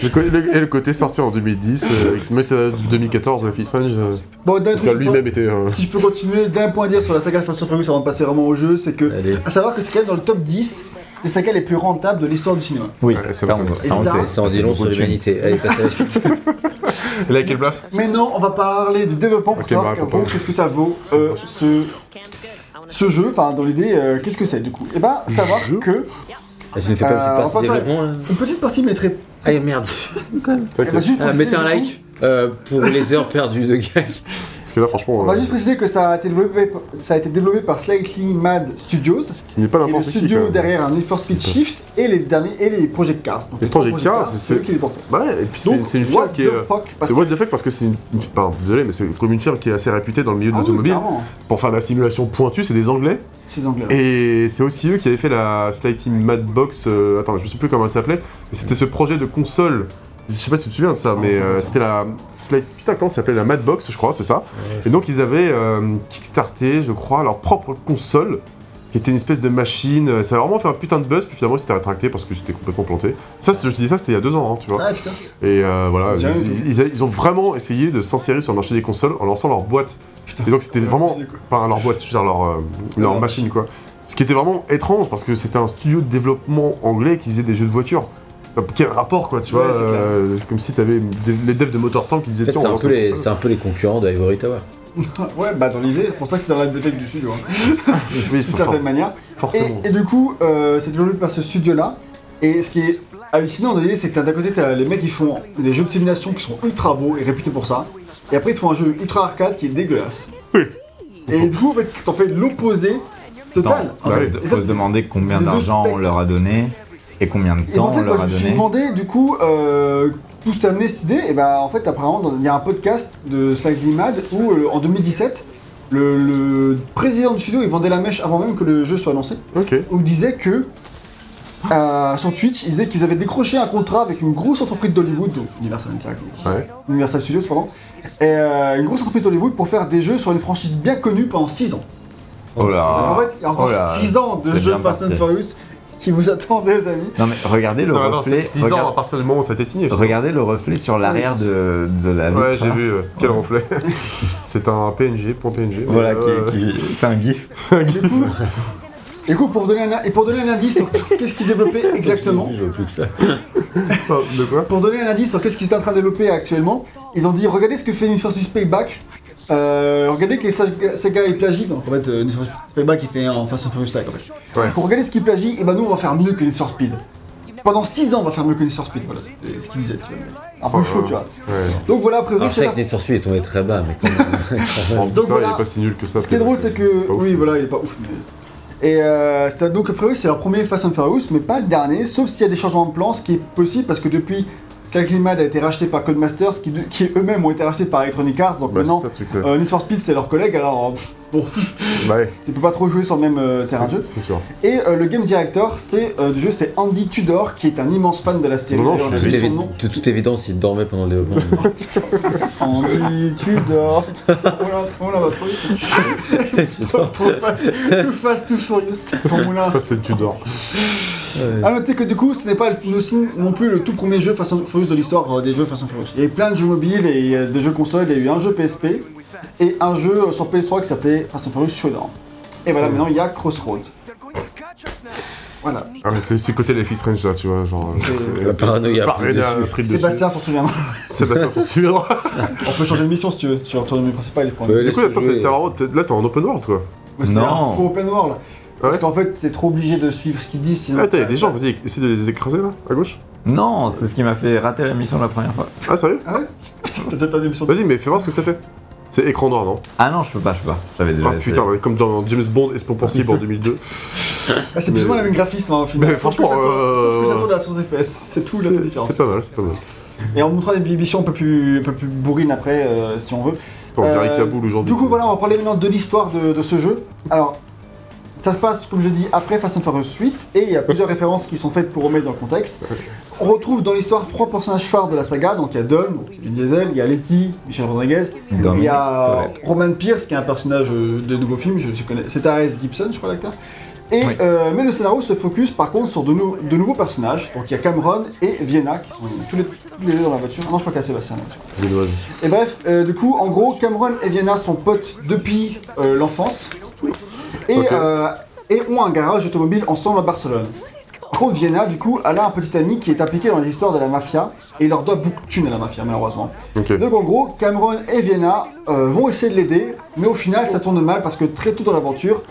Le co- le- Et le côté sorti en 2010, euh, mais c'est 2014, Life is Strange. euh,
bon, d'un
car
truc, je
lui-même
peux-
était. euh,
si je peux continuer, d'un point à dire sur la saga Fast and Furious avant de passer vraiment au jeu, c'est que,
Allez.
à savoir que c'est quand même dans le top 10 des sagas les plus rentables de l'histoire du cinéma.
Oui,
Ouais, ça
ça, on,
m'étonne.
ça, on
Et ça,
sait.
Ça en
fait
dit long
beaucoup
sur
de thunes.
l'humanité. Allez, passe à la suite.
Elle est à quelle place
Mais non, on va parler du développement pour
Ok,
savoir
bah,
qu'un
raconte-moi.
bon, qu'est-ce que ça vaut euh, ce ce jeu, enfin dans l'idée, euh, qu'est-ce que c'est du coup Eh ben, savoir
jeu
que
Je ne fais
Euh,
pas une petite
on
partie
va faire-
développement là
une petite partie mettrait.
Ah merde
on va
Peut-être.
juste
Ah,
préciser,
Mettez un
du coup-
like euh, pour les heures perdues de gag.
Parce que là,
On
franchement,
va
euh,
juste préciser que ça a été développé, ça a été développé par Slightly Mad Studios,
il n'est pas
qui est le
n'importe qui. quand
studio
même.
derrière un Need for Speed
C'est pas-
Shift et les derniers et les Project Cars. Donc,
Les Project Cars,
c'est
c'est-
ceux qui les ont fait.
Bah Ouais, et puis c'est
Donc
une- c'est une
what
firme qui est.
the
euh,
fuck, parce
C'est what the fuck parce que c'est une. une- Pardon, désolé, mais c'est comme une firme qui est assez réputée dans le milieu de
Ah oui,
l'automobile.
clairement,
Pour faire de la simulation pointue, c'est des Anglais.
ces anglais.
Et c'est aussi eux qui avaient fait la Slighty Madbox. euh, attends, je ne sais plus comment elle s'appelait, mais c'était ce projet de console. Je sais pas si tu te souviens de ça, mais euh, c'était la Slight. Putain, comment ça s'appelait La Madbox, je crois, c'est ça. Et donc, ils avaient euh, kickstarté, je crois, leur propre console, qui était une espèce de machine. euh, Ça a vraiment fait un putain de buzz, puis finalement, c'était rétracté parce que c'était complètement planté. Ça, c'est- je te dis ça, c'était il y a deux ans, hein, tu vois.
Ah putain.
Et euh, voilà,
Ça me dit rien
ils, ils- ils ont vraiment essayé de s'insérer sur le marché des consoles en lançant leur boîte. et donc c'était vraiment, par leur boîte, je veux dire leur, euh, leur
Ouais.
machine quoi. Ce qui était vraiment étrange parce que c'était un studio de développement anglais qui faisait des jeux de voitures. Enfin, quel rapport quoi, tu
Ouais,
vois
c'est clair.
euh, C'est comme si t'avais des- les devs de Motorstorm qui disaient
En fait,
tiens,
c'est
on
un,
lance
peu
une
les-
console.
c'est un peu les concurrents de Ivory Tower.
Ouais, bah dans l'idée, c'est pour ça que c'est dans la bibliothèque du studio, hein,
Oui,
d'une
c'est for-
certaine manière.
forcément.
Et, et du coup, euh, c'est développé par ce studio-là. Et ce qui est hallucinant dans l'idée, c'est que t'as d'un côté t'as les mecs qui font des jeux de simulation qui sont ultra beaux et réputés pour ça. Et après, ils te font un jeu ultra arcade qui est dégueulasse.
Oui.
Et du coup, en fait, t'en fais l'opposé total.
Faut,
Ouais.
se-
Et
bah, faut
ça,
se
c'est-
demander combien
les deux
d'argent on
spectres.
leur a donné et combien de
Et
temps
en fait,
on
moi,
leur a
je me suis
donné.
demandé, du coup, euh, d'où s'est amenée cette idée Et bah, en fait, apparemment, dans- il y a un podcast de Slightly Mad où, euh, en 2017, le, le président du studio, il vendait la mèche avant même que le jeu soit annoncé.
Ok.
où il disait que euh, sur Twitch, ils disaient qu'ils avaient décroché un contrat avec une grosse entreprise d'Hollywood, donc Universal Interactive,
Ouais.
Universal Studios, pardon, et euh, une grosse entreprise d'Hollywood pour faire des jeux sur une franchise bien connue pendant 6 ans.
Oh là.
en fait, il y a
oh
encore
là,
6 ans de
c'est
jeux
bien
Fast and
parti.
Furious qui vous attendait, les amis.
Non mais regardez le
Non, attends,
reflet.
c'est 6 ans à
regarde-
partir du moment où ça a été signé. je sais
Regardez le reflet sur l'arrière de, de
pas.
la vitre. hein.
Ouais, j'ai
là.
vu. euh, Quel reflet. c'est un PNG, point PNG.
Voilà,
Ouais, ouais.
qui, qui- c'est un gif.
Du coup, du coup, pour donner un, et pour donner un indice sur qu'est-ce qu'ils développaient exactement,
Je veux plus que ça.
Enfin, De quoi
pour donner un indice sur qu'est-ce qu'ils étaient en train de développer actuellement, ils ont dit regardez ce que fait Need for Speed Payback. Euh, regardez que Sega Sega est plagie, donc en fait euh, Need for Speed Payback il fait en Fast and Furious Light. En fait.
Ouais.
Pour regarder ce qu'il plagie, et ben nous on va faire mieux que Need for Speed. Pendant 6 ans on va faire mieux que Need for Speed, voilà c'était ce qu'il disait. Tu vois. Un peu chaud tu vois.
Ouais.
Donc voilà, a priori
Alors, je
c'est
sais
la-
que Need for Speed est tombé très bas, mais quand même.
En plus,
Donc
ça, il
voilà.
est pas si nul que ça.
Ce qui est drôle c'est que.
Pas ouf.
Oui voilà, il est pas ouf. mais- Et euh, c'est- donc a priori c'est leur premier Fast and Furious, mais pas le dernier, sauf s'il y a des changements de plan, ce qui est possible parce que depuis. Calclimad a été racheté par Codemasters, qui, qui eux-mêmes ont été rachetés par Electronic Arts, donc
Bah, c'est
maintenant
ça le truc. là.
Euh, Need for Speed, c'est leur collègue, alors euh, pff, bon,
Bah ouais.
ils peuvent pas trop jouer sur le même euh, terrain de jeu.
C'est c'est sûr.
Et euh, le game director c'est, euh, du jeu, c'est Andy Tudor, qui est un immense fan de la série.
Non, non,
D'ailleurs,
je
j'ai
suis-
son
évi-
nom.
de toute évidence, il dormait pendant le développement.
Andy Tudor. Oh là, ton moulin va trop vite. Trop- trop fast, too fast, too furious. Ton moulin.
Fast and Tudor.
À noter que du coup, ce n'est pas le- aussi non plus le tout premier jeu Fast and Furious de l'histoire euh, des jeux Fast and Furious. Il y a eu plein de jeux mobiles et euh, des jeux consoles, il y a eu un jeu PSP et un jeu euh, sur PS3 qui s'appelait Fast and Furious Showdown. Et voilà, maintenant il y a Crossroads. Voilà.
Ah, mais c'est c'est côté Life is Strange là, tu vois. Genre. euh, c'est-
La paranoïa.
Paranoïa a pris le dessus.
Sébastien s'en souviendra.
Sébastien, c'est sûr.
On peut changer de mission si tu veux, sur l'autonomie principale. Pour
Ouais,
Du coup,
Laisse
attends,
jouer.
t'es- t'es en- t'es- là, t'es en open world, quoi.
Mais c'est
Non.
un faux open world. Parce
Ouais.
qu'en fait, c'est trop obligé de suivre ce qu'ils disent. Sinon...
Ah, t'as y'a des gens, vas-y, essaie de les écraser là, à gauche.
Non, c'est ce qui m'a fait rater la mission la première fois.
Ah, sérieux
Ah ouais T'as peut-être pas vu mission.
Vas-y, mais fais voir ce que ça fait. C'est écran noir, non
Ah non, je peux pas, je peux pas. J'avais déjà.
Ah
essayé.
putain, comme dans James Bond et Possible en 2002.
Ah, c'est plus ou moins
Mais-
le même graphisme hein, au final.
Mais franchement,
Sauf que ça tourne- sauf
euh,
que ça tourne à 100 FPS. C'est tout la seule différence.
C'est pas mal, c'est pas mal.
Et en montrant des missions un peu plus, un peu plus bourrines après, euh, si on veut.
Attends, on dirait
Euh,
Kaboul aujourd'hui.
Du coup, voilà, on va parler maintenant de l'histoire de, de ce jeu. Alors, ça se passe, comme je l'ai dit, après Fast and Furious 8, et il y a plusieurs références qui sont faites pour remettre dans le contexte. On retrouve dans l'histoire trois personnages phares de la saga, donc il y a Dom, donc c'est Vin Diesel, il y a Letty, Michel Rodriguez,
Dom.
il y a
Ouais.
Roman Pierce, qui est un personnage euh, des nouveaux films, je, je connais, c'est Ares Gibson, je crois l'acteur. Et,
Oui.
euh, mais le scénario se focus par contre sur de, nou- de nouveaux personnages, donc il y a Cameron et Vienna, qui sont tous les, tous les deux dans la voiture. Ah non, je crois qu'il y a Sébastien dans la voiture.
Viennoise.
Et bref, euh, du coup, en gros, Cameron et Vienna sont potes depuis euh, l'enfance et,
Ok.
euh, et ont un garage automobile ensemble à Barcelone. Par contre, Vienna, du coup, elle a un petit ami qui est impliqué dans l'histoire de la mafia et il leur doit beaucoup de thunes à la mafia, malheureusement.
Ok.
Donc, en gros, Cameron et Vienna euh, vont essayer de l'aider, mais au final, ça tourne mal parce que très tôt dans l'aventure,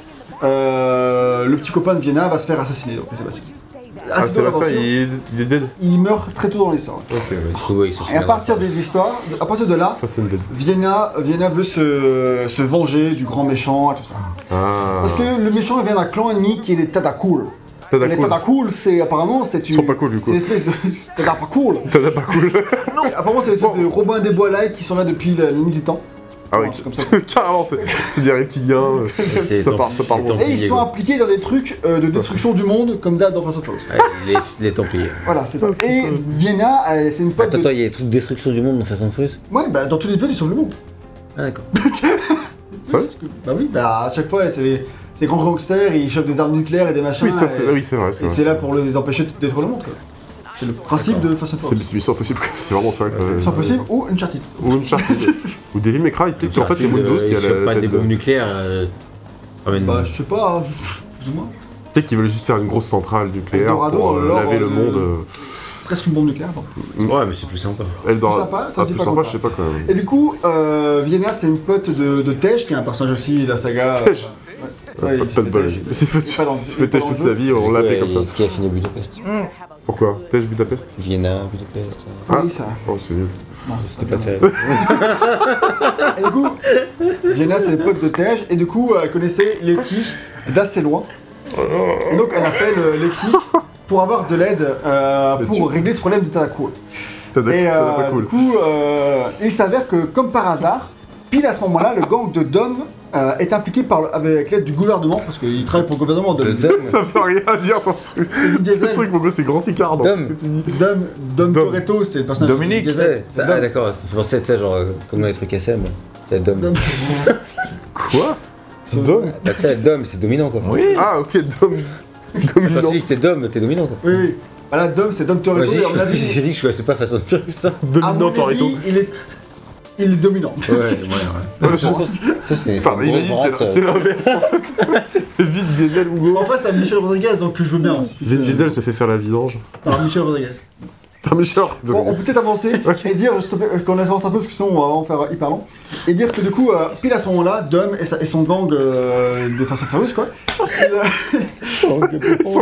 euh, le petit copain de Vienna va se faire assassiner, donc Sébastien.
Ah,
Assez
c'est
tôt dans
pas ça,
l'aventure,
il est, il est dead.
il meurt très tôt dans l'histoire.
Ok, ouais.
Oui, ça se
Et à
fait
partir de l'histoire, à partir de là,
Fast and Dead.
Vienna, Vienna veut se, se venger du grand méchant et tout ça.
Ah.
Parce que le méchant il vient d'un clan ennemi qui est les Tadakul.
T'as
Les
d'accord.
Tadakul, c'est apparemment c'est
Ils sont pas cool, du coup.
C'est une espèce de Tadakul.
T'as l'air pas cool.
Non, apparemment c'est une espèce
Bon.
de Robin des Bois like qui sont là depuis la limite du temps.
Ah
Non,
oui,
c'est comme ça.
carrément, c'est c'est des reptiliens. euh,
C'est
Ça
tant
part,
pis,
ça part
c'est
loin.
tant
Et Eh, ils
pis,
sont
go.
impliqués dans des trucs euh, de
Ça.
destruction du monde comme d'hab dans Fast and Furious.
Ouais, les, les Templiers.
Voilà, c'est ça.
Oh,
Et Vienna, elle- c'est une pote
Attends,
de...
attends, il y a des trucs de destruction du monde de façon fausse.
Ouais, bah dans tous les pays, ils sauvent le monde.
Ah d'accord.
C'est vrai
Parce que- Bah oui, bah à chaque fois, c'est ces grands gangsters, ils chopent des armes nucléaires et des machins.
Oui, ça, c'est
et-
ah oui, c'est vrai.
Et
C'est
t'es
vrai.
là pour les empêcher de détruire le monde, quoi. C'est le principe de Fast and
C'est
Furious.
c'est Mission Impossible, quoi, c'est euh, vraiment ça. quoi.
C'est impossible ou Uncharted.
Ou Uncharted. Ou Devil May Cry, peut-être qu'en fait c'est Windows qui a la
Ils Euh, pas des
tête de...
bombes nucléaires. euh, ramène-
Bah, je sais pas, hein, plus ou moins.
Peut-être qu'ils veulent juste faire une grosse centrale nucléaire
Eldorado,
pour euh,
l'or,
laver le
euh,
monde. euh,
Presque une bombe nucléaire. bon.
Ouais, mais c'est plus sympa.
Eldorado.
Plus sympa, ça,
Ah,
c'est
plus
pas
sympa,
contre.
je sais pas quand même.
Et du coup, euh, Vienna, c'est une pote de, de Tej, qui est un personnage aussi de la saga. euh,
Tej.
ouais,
Pas-
il
Pas de
s'appelle
bol.
Tej.
Il s'est fait
pas dans-
il s'est
il est
fait
pas
têche
dans
toute
le
sa vie, on
Ouais,
l'appelait comme ça.
et Qui a fini à Budapest
Mmh.
Pourquoi Têche Budapest
Vienna, Budapest. euh,
Ah.
Oui, ça.
Oh, c'est nul.
Non, c'est
C'était pas terrible.
Et du coup, Vienna, c'est le pote de Tej, et du coup, elle connaissait Letty d'assez loin. Et donc, elle appelle euh, Letty pour avoir de l'aide euh,
Mais
pour
tu-
régler ce problème de Tadakul.
T'as d'ac-
Et
t'as
euh,
pas
du
cool.
coup, euh, il s'avère que, comme par hasard, pile à ce moment-là, le gang de Dom euh, est impliqué par le- avec l'aide du gouvernement, parce qu'il travaille pour le gouvernement de Dom.
Ça veut rien dire ton truc.
Vin Diesel.
Le truc, mon gars, c'est grand Icard dans
Dom.
tout ce que tu dis.
Dom, Dom,
Dom.
Toretto, c'est le personnage
Dominique.
de Vin Diesel.
Ça- Ah d'accord, ça fait penser à ça, genre, euh, comme dans les trucs SM. C'est Dom.
Dom.
Quoi
Dom.
Dom
Bah, tu sais, Dom, c'est dominant quoi.
Oui.
Ah, ok, Dom.
Quand
Dominant.
tu dis que t'es Dom, t'es dominant quoi.
Oui, oui. Voilà, Dom, c'est Dom
Moi,
Toretto,
j'ai
et à mon
dit,
avis,
j'ai dit que je connaissais pas Fast and Furious. ça.
à mon
Dominant Toretto.
avis, il est, il est dominant.
Ouais, ouais, ouais.
Ouais, je-
Ça, c'est.
Enfin,
c'est
imagine,
bon,
c'est-
vraiment, ça.
c'est l'inverse en fait. Vite Diesel ou
En face, t'as Michel Rodriguez, donc que je veux bien aussi.
Vin Diesel se fait faire la vidange.
Par Michel Rodriguez.
Ah, mais genre,
Bon, on peut peut-être avancer et dire, s'il te plaît, euh, qu'on avance un peu parce que sinon on va en faire euh, hyper long. Et dire que du coup, euh, pile à ce moment-là, Dom et, sa- et son gang euh, de façon furieuse, quoi, Euh, ils, euh,
Sans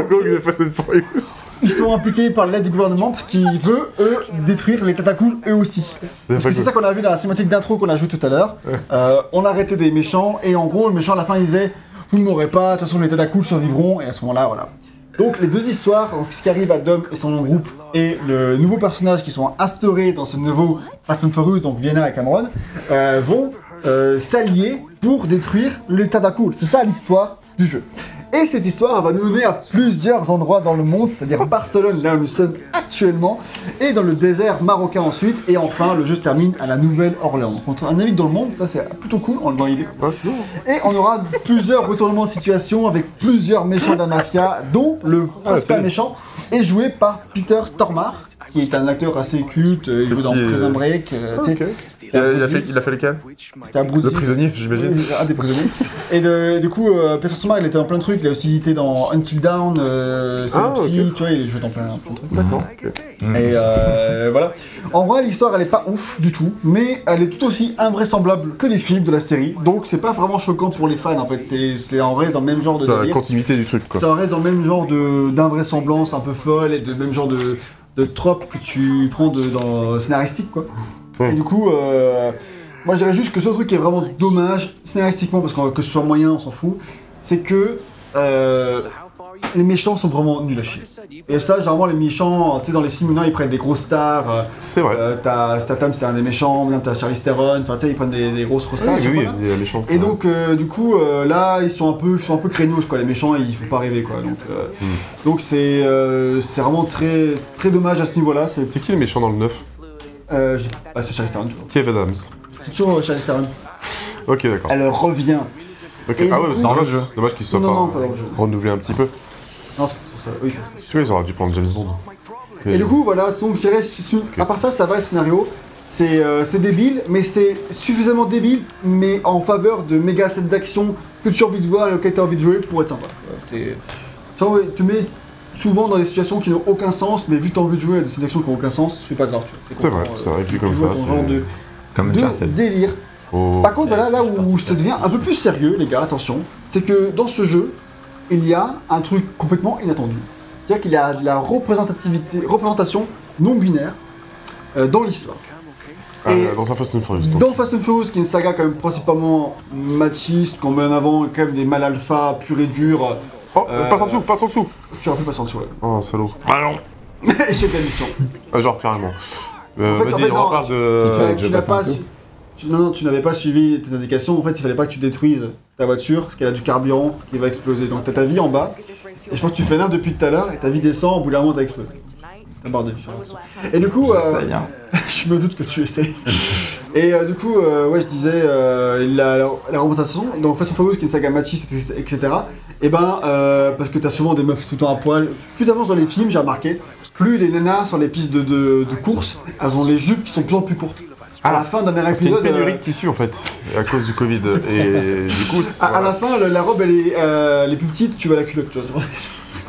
gong de Fast and Furious.
ils sont impliqués par l'aide du gouvernement parce qu'il veut, eux, détruire les Tatacool eux aussi. Parce que c'est ça qu'on a vu dans la cinématique d'intro qu'on a joué tout à l'heure. Euh, on arrêtait des méchants et en gros, le méchant à la fin il disait Vous ne mourrez pas, de toute façon, les Tatacool survivront. Et à ce moment-là, voilà. Donc, les deux histoires, donc, ce qui arrive à Dom et son groupe et le nouveau personnage qui sont instaurés dans ce nouveau Fast and Furious, donc Vienna et Cameron, euh, vont euh, s'allier pour détruire les Tatacool. C'est ça l'histoire du jeu. Et cette histoire elle va nous mener à plusieurs endroits dans le monde,
Oh.
c'est-à-dire Barcelone, là où nous sommes actuellement, et dans le désert marocain ensuite, et enfin le jeu se termine à la Nouvelle-Orléans. Donc on navigue dans le monde, ça c'est plutôt cool, on dans l'idée.
Ah, c'est bon.
Et on aura plusieurs retournements de situation avec plusieurs méchants de la mafia, dont le principal
Ah, c'est-
méchant est joué par Peter Stormare, qui est un acteur assez culte, euh, il joue dans
Qui est-
Prison Break, euh, tu sais,
Il a, il a fait, il a fait lequel
c'était un
Le
Bruce Lee.
prisonnier, j'imagine.
Oui, un des prisonniers. Et le- du coup, euh, Peter Stormare, il était en plein de trucs. Il a aussi été dans Until Down, euh,
Ah,
Synopsis,
ok.
tu vois, il joue dans plein, plein de trucs.
D'accord. ok.
Et euh, voilà. En vrai, l'histoire, elle est pas ouf du tout, mais elle est tout aussi invraisemblable que les films de la série. Donc, c'est pas vraiment choquant pour les fans, en fait. C'est c'est en reste dans le même genre de
C'est la
délire.
continuité du truc, quoi.
Ça reste dans le même genre de d'invraisemblance un peu folle et de même genre de, de trope que tu prends de, dans scénaristique quoi.
Ouais.
Et du coup, euh, moi je dirais juste que ce truc qui est vraiment dommage scénaristiquement parce qu'on- que ce soit moyen, on s'en fout, c'est que euh, les méchants sont vraiment nuls à chier. Et ça, généralement les méchants, tu sais dans les films maintenant ils prennent des grosses stars. euh,
C'est vrai.
euh, t'as Statham c'était un des méchants, maintenant t'as Charlize Theron, enfin tu sais ils prennent des, des grosses grosses stars.
Ah, oui,
je sais
oui,
pas,
il
là.
faisait la méchante.
Et donc, euh, du coup, euh, là, ils sont un peu, ils sont un peu craignos, quoi. Les méchants, ils faut pas rêver, quoi. Donc, euh, donc c'est, euh, c'est vraiment très, très dommage à ce niveau-là. C'est,
C'est qui le méchant dans le 9
euh, j'ai- ah, c'est Charlize Theron. toujours.
Kev Adams.
C'est toujours euh, Charlize Theron.
Ok, d'accord.
Elle revient.
Ok.
et du
Ah ouais,
coup-
c'est
Dans le
dommage. Dommage qu'il se soit
Non, non,
pas
pas dans le jeu.
renouvelé un petit peu.
Non, c'est pour ça. Oui, ça se passe.
Tu vois, ils auraient dû prendre James Bond.
Et du coup, voilà. Donc, je dirais, su- à part ça, ça va le scénario. C'est, euh, c'est débile, mais c'est suffisamment débile, mais en faveur de méga scènes d'action que tu as envie de voir et auxquelles tu as envie de jouer pour être sympa.
euh,
C'est. Ça, ouais, te met souvent dans des situations qui n'ont aucun sens, mais vu que t'as envie de jouer à des situations qui n'ont aucun sens, c'est pas grave. tu vois.
C'est vrai,
content,
c'est
euh,
vrai, vu comme
tu vois
ça.
ton
c'est-
genre de, Bah,
Comme
de
Uncharted.
délire.
Oh.
Par contre, voilà, là où ça devient un peu plus sérieux, les gars, attention, c'est que dans ce jeu, il y a un truc complètement inattendu. C'est-à-dire qu'il y a de la représentativité, représentation non binaire euh, dans l'histoire.
Ah,
Et-
dans un Fast and Furious. donc.
Dans Fast and Furious, qui est une saga quand même principalement machiste, qu'on met en avant quand même des mal alpha purs et durs,
Oh,
Euh, Ah
passe en dessous, passe en dessous.
tu aurais pu passer en dessous. ouais.
Oh, salaud. Bah non.
Échec de la mission.
Ah, genre, carrément. Euh,
En fait, en
Vas-y,
fait, non,
on reparle de.
tu fallait
Euh,
que
tu
je
n'as
passe un
pas
dessous.
su- tu- non, non, tu n'avais pas suivi tes indications. En fait, il fallait pas que tu détruises ta voiture, parce qu'elle a du carburant qui va exploser. Donc t'as ta vie en bas. Et je pense que tu fais l'un depuis tout à l'heure, et ta vie descend, au bout d'un moment t'as explosé. Ta barre de vie. Et du coup, euh,
J'essaye, hein.
je me doute que tu essayes. Et euh, du coup, euh, ouais, je disais, euh, la, la, la représentation, dans Fast and Furious, qui est une saga machiste, etc., et ben, euh, parce que t'as souvent des meufs tout le temps à poil, plus t'avances dans les films, j'ai remarqué, plus les nanas sur les pistes de, de, de course, elles ont les jupes qui sont de plus en plus courtes. À la fin d'un dernier
Parce qu'il y a Ah. une
épisode,
pénurie de
euh,
tissu en fait, à cause du Covid. Et du coup, c'est-
Ah, à, à la fin, le- la robe, elle est, euh, elle est plus petite, tu vois la culotte, tu vois.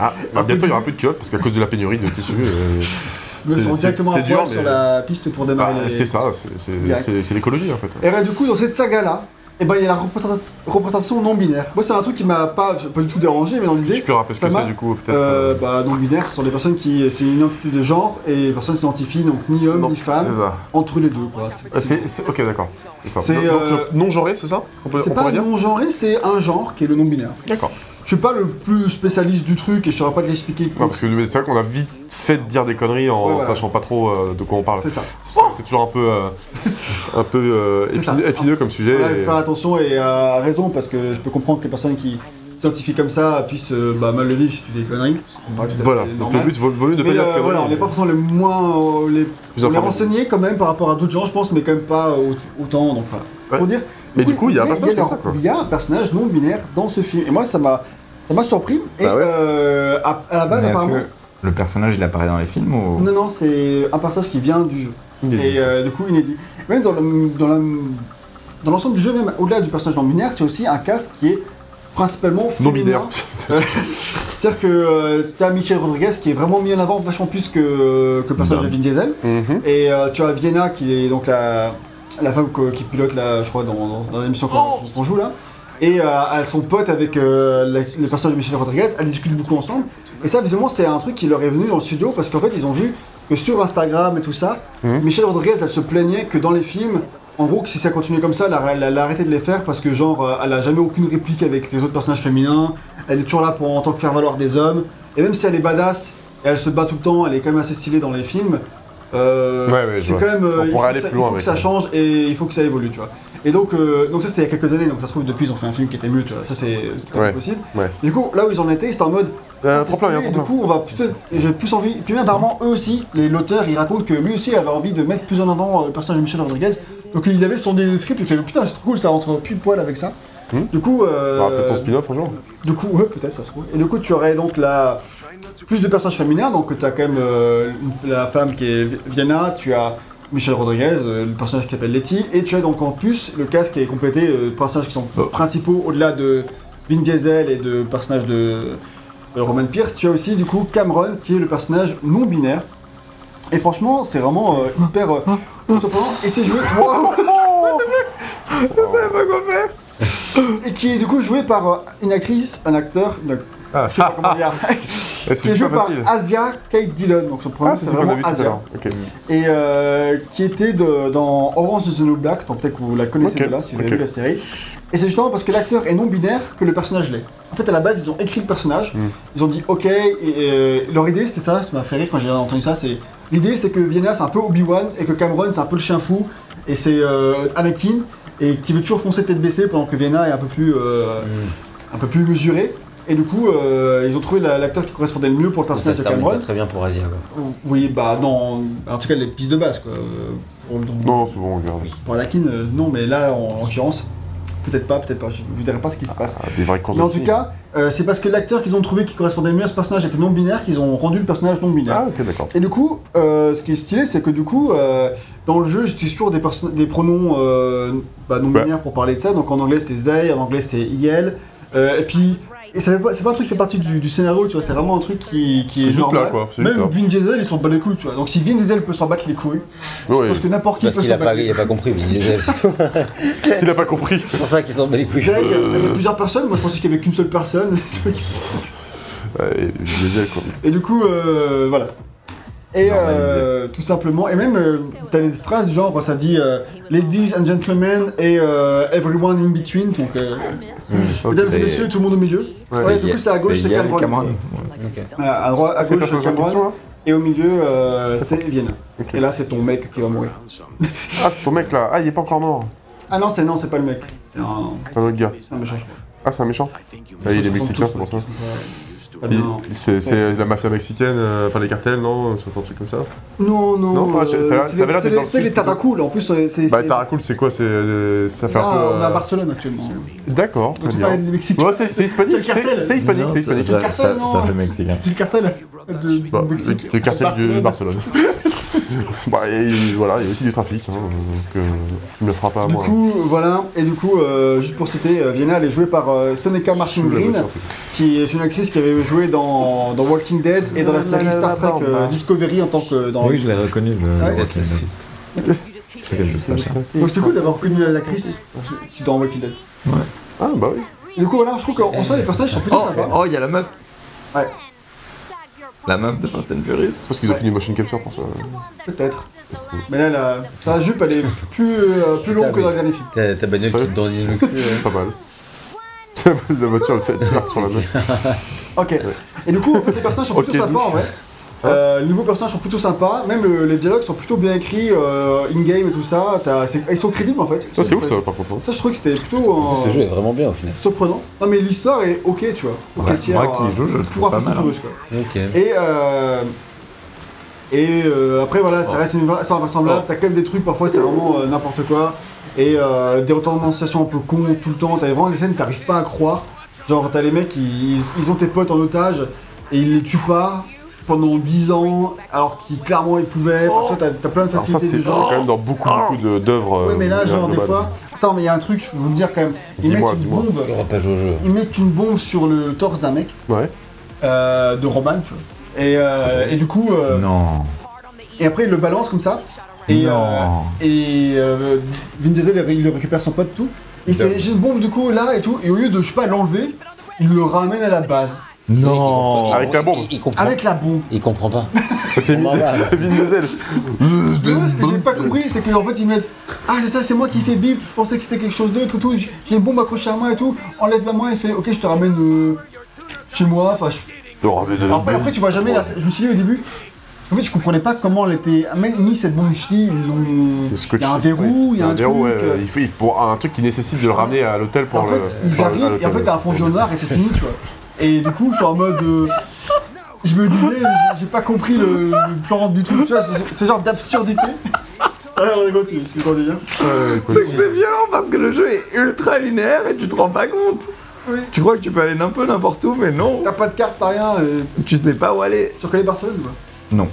Ah, bah, bientôt il y aura plus de culottes parce qu'à cause de la pénurie de tissu.
Je me
euh, c'est-
sens
c'est
directement à
c'est
poil
dur,
sur
mais.
la piste pour démarrer
bah,
les-
c'est ça, c'est- c'est
Direct.
c'est- c'est l'écologie en fait.
Et ben, du coup, dans cette saga-là, et ben, il y a la représentat- représentation non binaire. Moi, c'est un truc qui m'a pas, pas du tout dérangé, mais dans
Tu
l'idée,
peux rappeler ce que
ça
c'est
m'a-
du coup, peut-être
euh,
euh,
bah, non binaire, ce sont des personnes qui. C'est une identité de genre et les personnes s'identifient donc ni homme
non,
ni
C'est
femme
ça.
entre les deux. quoi.
Ah, c'est- c'est- Ok, d'accord. C'est ça.
C'est,
Donc,
euh,
non-genré, c'est ça On, peut, on
C'est
pourrait
pas
dire
non genré, c'est un genre qui est le non binaire.
D'accord.
Je suis pas le plus spécialiste du truc et je saurais pas te l'expliquer.
Ouais, parce que c'est vrai qu'on a vite fait de dire des conneries en
Ouais, voilà.
sachant pas trop euh, de quoi on parle.
C'est ça.
C'est pour ça que c'est toujours un peu, euh, un peu euh,
C'est ça.
épineux, épineux comme sujet.
Voilà,
et-
faire attention et à raison parce que je peux comprendre que les personnes qui s'identifient comme ça puissent euh, bah, mal le vivre si tu dis des conneries. Bah, tout à fait
Voilà, donc le
normal.
but, vaut vaut mieux de pas
Mais
dire
euh,
que.
voilà, on n'est pas forcément les moins. euh, les, on est
informés.
renseigné quand même par rapport à d'autres gens, je pense, mais quand même pas au- autant. Donc, voilà.
Ouais.
Pour dire.
Mais du coup, il y a un
mais
personnage comme ça,
leur-
quoi.
Il y a un personnage non binaire dans ce film. Et moi, ça m'a. Ça m'a surpris. Et
Bah ouais.
euh, à, à la
Mais
base,
est-ce
apparemment.
que le personnage il apparaît dans les films ou
Non, non, c'est un personnage qui vient du jeu.
Inédit.
Et euh, du coup, inédit. Même dans le- dans la- dans l'ensemble du jeu, même au-delà du personnage non binaire, tu as aussi un casque qui est principalement
Non
euh, féminin.
binaire.
C'est-à-dire que euh, tu as Michel Rodriguez qui est vraiment mis en avant vachement plus que, que le
Bah
personnage de Vin Diesel.
Mhm.
Et euh, tu as Vienna qui est donc la, la femme que- qui pilote la, je crois, dans, dans, dans l'émission qu'on qu'on joue là. Et euh, elle son pote avec euh, la- le personnage de Michel Rodriguez, elles discutent beaucoup ensemble. Et ça, visiblement, c'est un truc qui leur est venu dans le studio parce qu'en fait, ils ont vu que sur Instagram et tout ça,
Mhm.
Michel Rodriguez, elle se plaignait que dans les films, en gros, que si ça continuait comme ça, elle, a- elle, a- elle a arrêté de les faire parce que, genre, euh, elle a jamais aucune réplique avec les autres personnages féminins. Elle est toujours là pour en tant que faire valoir des hommes. Et même si elle est badass et elle se bat tout le temps, elle est quand même assez stylée dans les films. euh,
Ouais, ouais, je
c'est
vois.
quand même. euh,
On
il faut
pourrait
que
aller
ça-
plus loin
Il faut que
avec
ça
ça.
change et il faut que ça évolue, tu vois. Et donc, euh, donc ça c'était il y a quelques années, donc ça se trouve depuis ils ont fait un film qui était mieux, tu vois. Ça c'est c'est tout à fait
Ouais.
possible.
Ouais.
Du coup, là où ils en étaient, c'était en mode.
Il y a un
ça, c'est
tremplin, il y a un
stylé, et Du coup,
tremplin.
on va plutôt. J'ai plus envie. Puis même apparemment, eux aussi, les- l'auteur, il raconte que lui aussi avait envie de mettre plus en avant euh, le personnage de Michel Rodriguez. Donc il avait son des script, il fait putain, c'est trop cool, ça rentre pile poil avec ça.
Hmm.
Du coup, euh,
On aura peut-être son spin-off un jour. Eh,
du coup, ouais, peut-être, ça se trouve. Et du coup, tu aurais donc la... plus de personnages féminins, donc tu as quand même euh, une- la femme qui est Vi- Vienna, tu as Michel Rodriguez, euh, le personnage qui s'appelle Letty, et tu as donc en plus le casque qui est complété euh, de personnages qui sont
Oh.
principaux au-delà de Vin Diesel et de personnages de euh, Roman Pierce. Tu as aussi du coup Cameron qui est le personnage non binaire. Et franchement, c'est vraiment euh, hyper euh, surprenant. Et c'est joué. Wow et qui est du coup joué par euh, une actrice, un acteur, une...
Ah,
je sais pas comment dire,
Eh,
qui est
C'est
joué
pas
par
facile.
Asia Kate Dillon, donc son prénom
Ah, c'est
c'est
ça qu'on a vu
vraiment
tout à
Asia,
l'heure. Ok.
et euh, qui était de- dans Orange is the New Black, donc peut-être que vous la connaissez
Ok,
de là si vous avez
ok.
vu la série. Et c'est justement parce que l'acteur est non binaire que le personnage l'est. En fait, à la base, ils ont écrit le personnage,
Mm.
ils ont dit ok, et, euh, leur idée c'était ça, ça m'a fait rire quand j'ai entendu ça, c'est l'idée c'est que Vienna c'est un peu Obi-Wan et que Cameron c'est un peu le chien fou et c'est euh, Anakin et qui veut toujours foncer tête baissée pendant que Vienna est un peu plus euh,
Hmm.
un peu plus mesuré. Et du coup, euh, ils ont trouvé la- l'acteur qui correspondait le mieux pour le
Ça
personnage
se
de
termine
Cameron.
pas très bien pour Asia. quoi.
Oui, bah dans. En tout cas, les pistes de base, quoi. Euh, Pour, le-
Non, c'est bon, regarde.
pour Anakin, euh, non, mais là, en en l'occurrence, peut-être pas, peut-être pas. Je vous dirai pas ce qui se passe.
Ah, Des vraies courses
Mais en
de
tout
filles.
cas, euh, c'est parce que l'acteur qu'ils ont trouvé qui correspondait le mieux à ce personnage était non binaire qu'ils ont rendu le personnage non binaire.
Ah, ok, d'accord.
Et du coup, euh, ce qui est stylé, c'est que du coup, euh, dans le jeu, j'utilise toujours des, perso- des pronoms euh, bah, non
Ouais.
binaires pour parler de ça. Donc en anglais, c'est they, en anglais, c'est il. Euh, et puis, Et ça fait pas- c'est pas un truc qui fait partie du, du scénario, tu vois, c'est vraiment un truc qui, qui
C'est
est
juste
normal.
là, quoi, c'est juste
Même
là.
Vin Diesel, il s'en bat les couilles, tu vois. Donc si Vin Diesel peut s'en battre les couilles,
Oui,
parce que n'importe qui
Parce
peut
qu'il
s'en
a
battre
pas,
les
il a pas compris, Vin Diesel. C'est
il a pas compris.
pour ça qu'il s'en bat les
couilles.
couilles.
C'est vrai, Il y, a- il y a plusieurs personnes, moi je pensais qu'il y avait qu'une seule personne.
Ouais, et Vin Diesel, quoi.
Et du coup, euh, voilà. Et
normalisé.
euh, tout simplement, et même euh, t'as des phrases du genre, ça dit euh, Ladies and Gentlemen et euh, Everyone in Between, donc euh,
Ok.
Mesdames et
c'est-
messieurs, tout le monde au milieu. Ouais, du coup c'est à gauche, c'est Cameron.
Cameron.
Voilà, à droite, à
C'est le
gauche, c'est
personnage en
Cameron,
question, hein là
et au milieu, euh, c'est Vienna. Et là, c'est ton mec qui va mourir.
Ah, c'est ton mec là. Ah, il est pas encore mort.
Ah non, c'est non, c'est pas le mec. C'est un,
C'est un autre gars.
c'est un méchant, je crois.
Ah, c'est un méchant. Bah, il est
Ils sont
mexicain,
tous-
c'est pour ça.
ils sont pas- Ah,
Il-
non.
C'est c'est la mafia mexicaine, euh, enfin les cartels, non C'est un truc comme ça
Non, non.
Non, ah, c'est- ça a l'air-
c'est
ça avait
les-
l'air d'être
c'est
dans
les-
le
C'est
sud,
les Taracool, en plus. euh, c'est-
Bah,
c'est-
Taracul, c'est quoi C'est euh, ça fait un
Ah,
peu.
on est à
euh,
Barcelone actuellement.
D'accord,
Donc
très
c'est pas
bien.
les Mexicains.
Ouais, c'est c'est hispanique,
C'est le
c'est
cartel.
c'est hispanique, c'est hispanique.
Ça,
Cartel,
ça,
non
ça fait mexicain.
C'est le cartel de du
Bah,
Mexique.
le, le cartel du Barcelone. bah, et voilà, il y a aussi du trafic, hein, donc euh, tu me le feras pas à
Du
moi.
coup, voilà, et du coup, euh, juste pour citer, euh, Vienna, elle est jouée par euh, Soneca Martin
Sous la
Green,
voiture, c'est-
qui est une actrice qui avait joué dans, dans Walking Dead et dans la série Star Trek euh, Discovery en tant que dans.
Oui, je l'ai reconnu. le-
Ouais,
le-
c'est- c'est-
C'est quel jeu, ça, cher
Donc c'est cool d'avoir reconnu l'actrice qui- dans Walking Dead.
Ah, bah oui.
Du coup, voilà, je trouve qu'en en soi, les personnages sont plutôt
Oh,
sympas.
oh, il y a la meuf.
Ouais.
La meuf de Fast and Furious.
Je pense qu'ils ont fait du motion capture pour ça.
Peut-être. Mais là, la, sa jupe, elle est plus, euh, plus longue que dans le dernier film.
Ta ta bagnole
Sérieux
qui te dandine le cul. hein.
Pas mal. la voiture, elle fait elle tape sur la meuf.
Ok. Et du coup, en fait, les personnages sont plutôt
Ok,
sympas en
douche.
vrai.
Hein
Euh, les nouveaux personnages sont plutôt sympas, même euh, les dialogues sont plutôt bien écrits, euh, in-game et tout ça. T'as- c'est- Ils sont crédibles en fait.
Ça, c'est ouf ça, par contre. hein.
Ça, je trouve que c'était plutôt euh,
Ce jeu est vraiment bien au final.
surprenant. Non, mais l'histoire est ok, tu vois. Ok,
Ouais,
tiers,
moi qui
euh,
joue, je le
pour
trouve
un
pas
Fast and
mal. hein.
Furious, quoi.
Ok.
Et, euh, et euh, après, voilà,
Oh.
ça reste une va- histoire vraisemblable. T'as quand même des trucs, parfois, c'est vraiment euh, n'importe quoi. Et euh, des retournements de situation un peu cons tout le temps. T'as vraiment des scènes que t'arrives pas à croire. Genre, t'as les mecs, ils, ils ont tes potes en otage et ils les tuent pas pendant 10 ans, alors qu'ils clairement ils pouvaient. Enfin, toi, t'as- t'as plein de
Alors, ça,
facilités.
c'est c'est
de genre.
quand même dans beaucoup, beaucoup de- d'œuvres.
Ouais, mais là,
euh,
genre, des
globales.
fois. Attends, mais il y a un truc, je veux vous le dire quand même. Ils
Dis-moi,
mettent une
dis-moi.
bombe.
On va pas jouer au jeu.
Ils mettent une bombe sur le torse d'un mec,
Ouais.
euh, de Roman, tu vois. Et,
Ah
euh, et du coup. euh,
Non.
Et après, il le balance comme ça. Et,
Non.
euh, et euh, Vin Diesel, il il récupère son pote, tout. Il fait j'ai une bombe du coup là et tout. Et au lieu de, je sais pas, l'enlever, il le ramène à la base.
Non.
Avec la bombe.
Il- Il comprend.
Avec la bombe.
Il comprend pas.
C'est Vin
On va là.
c'est Vin Diesel.
Mais moi, ce que j'ai pas compris, c'est qu'en fait, ils mettent Ah, c'est ça, c'est moi qui fais bip. Je pensais que c'était quelque chose d'autre et tout. J'ai j'ai une bombe accrochée à moi et tout. Enlève la main et fait Ok, je te ramène euh, chez moi. Enfin, je-
Non, mais de la
Après, après, tu vois jamais, là, je me suis dit au début, en fait, je comprenais pas comment elle était même mis cette bombe ch'ti, ils l'ont-
C'est
Il y a un
scotché.
verrou, il y a un truc.
verrou, ouais,
euh,
il faut, il- pour un truc qui nécessite de le ramener à l'hôtel pour
en fait,
le.
ils
enfin, à
arrivent, et en
l'hôtel.
fait, t'as un fond noir et c'est fini, tu vois. Et du coup, je suis en mode. euh, je me disais, euh, j'ai pas compris le, le plan du tout, tu vois, c'est c'est genre d'absurdité. Alors, on est quoi, Ah, tu tu continues
Euh, écoute,
C'est que c'est violent parce que le jeu est ultra linéaire et tu te rends pas compte.
Oui.
Tu crois que tu peux aller un peu n'importe où, mais non.
T'as pas de carte, t'as rien, euh,
Tu sais pas où aller.
tu reconnais Barcelone ou pas
Non.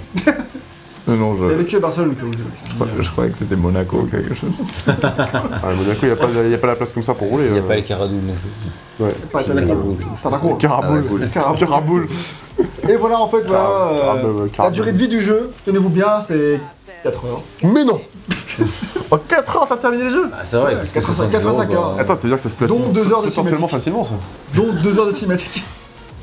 non,
T'as
je,
vécu à Barcelone, quoi.
je, crois- je croyais que c'était Monaco ou quelque chose.
à Monaco, il n'y a, pas- y a pas la place comme ça pour rouler.
Il n'y a
euh.
pas les caradoules non
Pas t'as la
plus.
T'as la cour.
Caraboule.
Ah
Caraboule.
Et voilà, en fait, voilà.
Carab-
euh,
carab-
la
carab-
durée de vie du jeu, tenez-vous bien, c'est 4 heures.
Mais non En 4 heures, t'as terminé le jeu
Ah, c'est vrai.
85
hein.
heures.
Attends, ça veut dire que ça se platine.
Donc, deux heures de
Potentiellement
cinématique.
facilement ça.
Dont 2 heures de cinématique,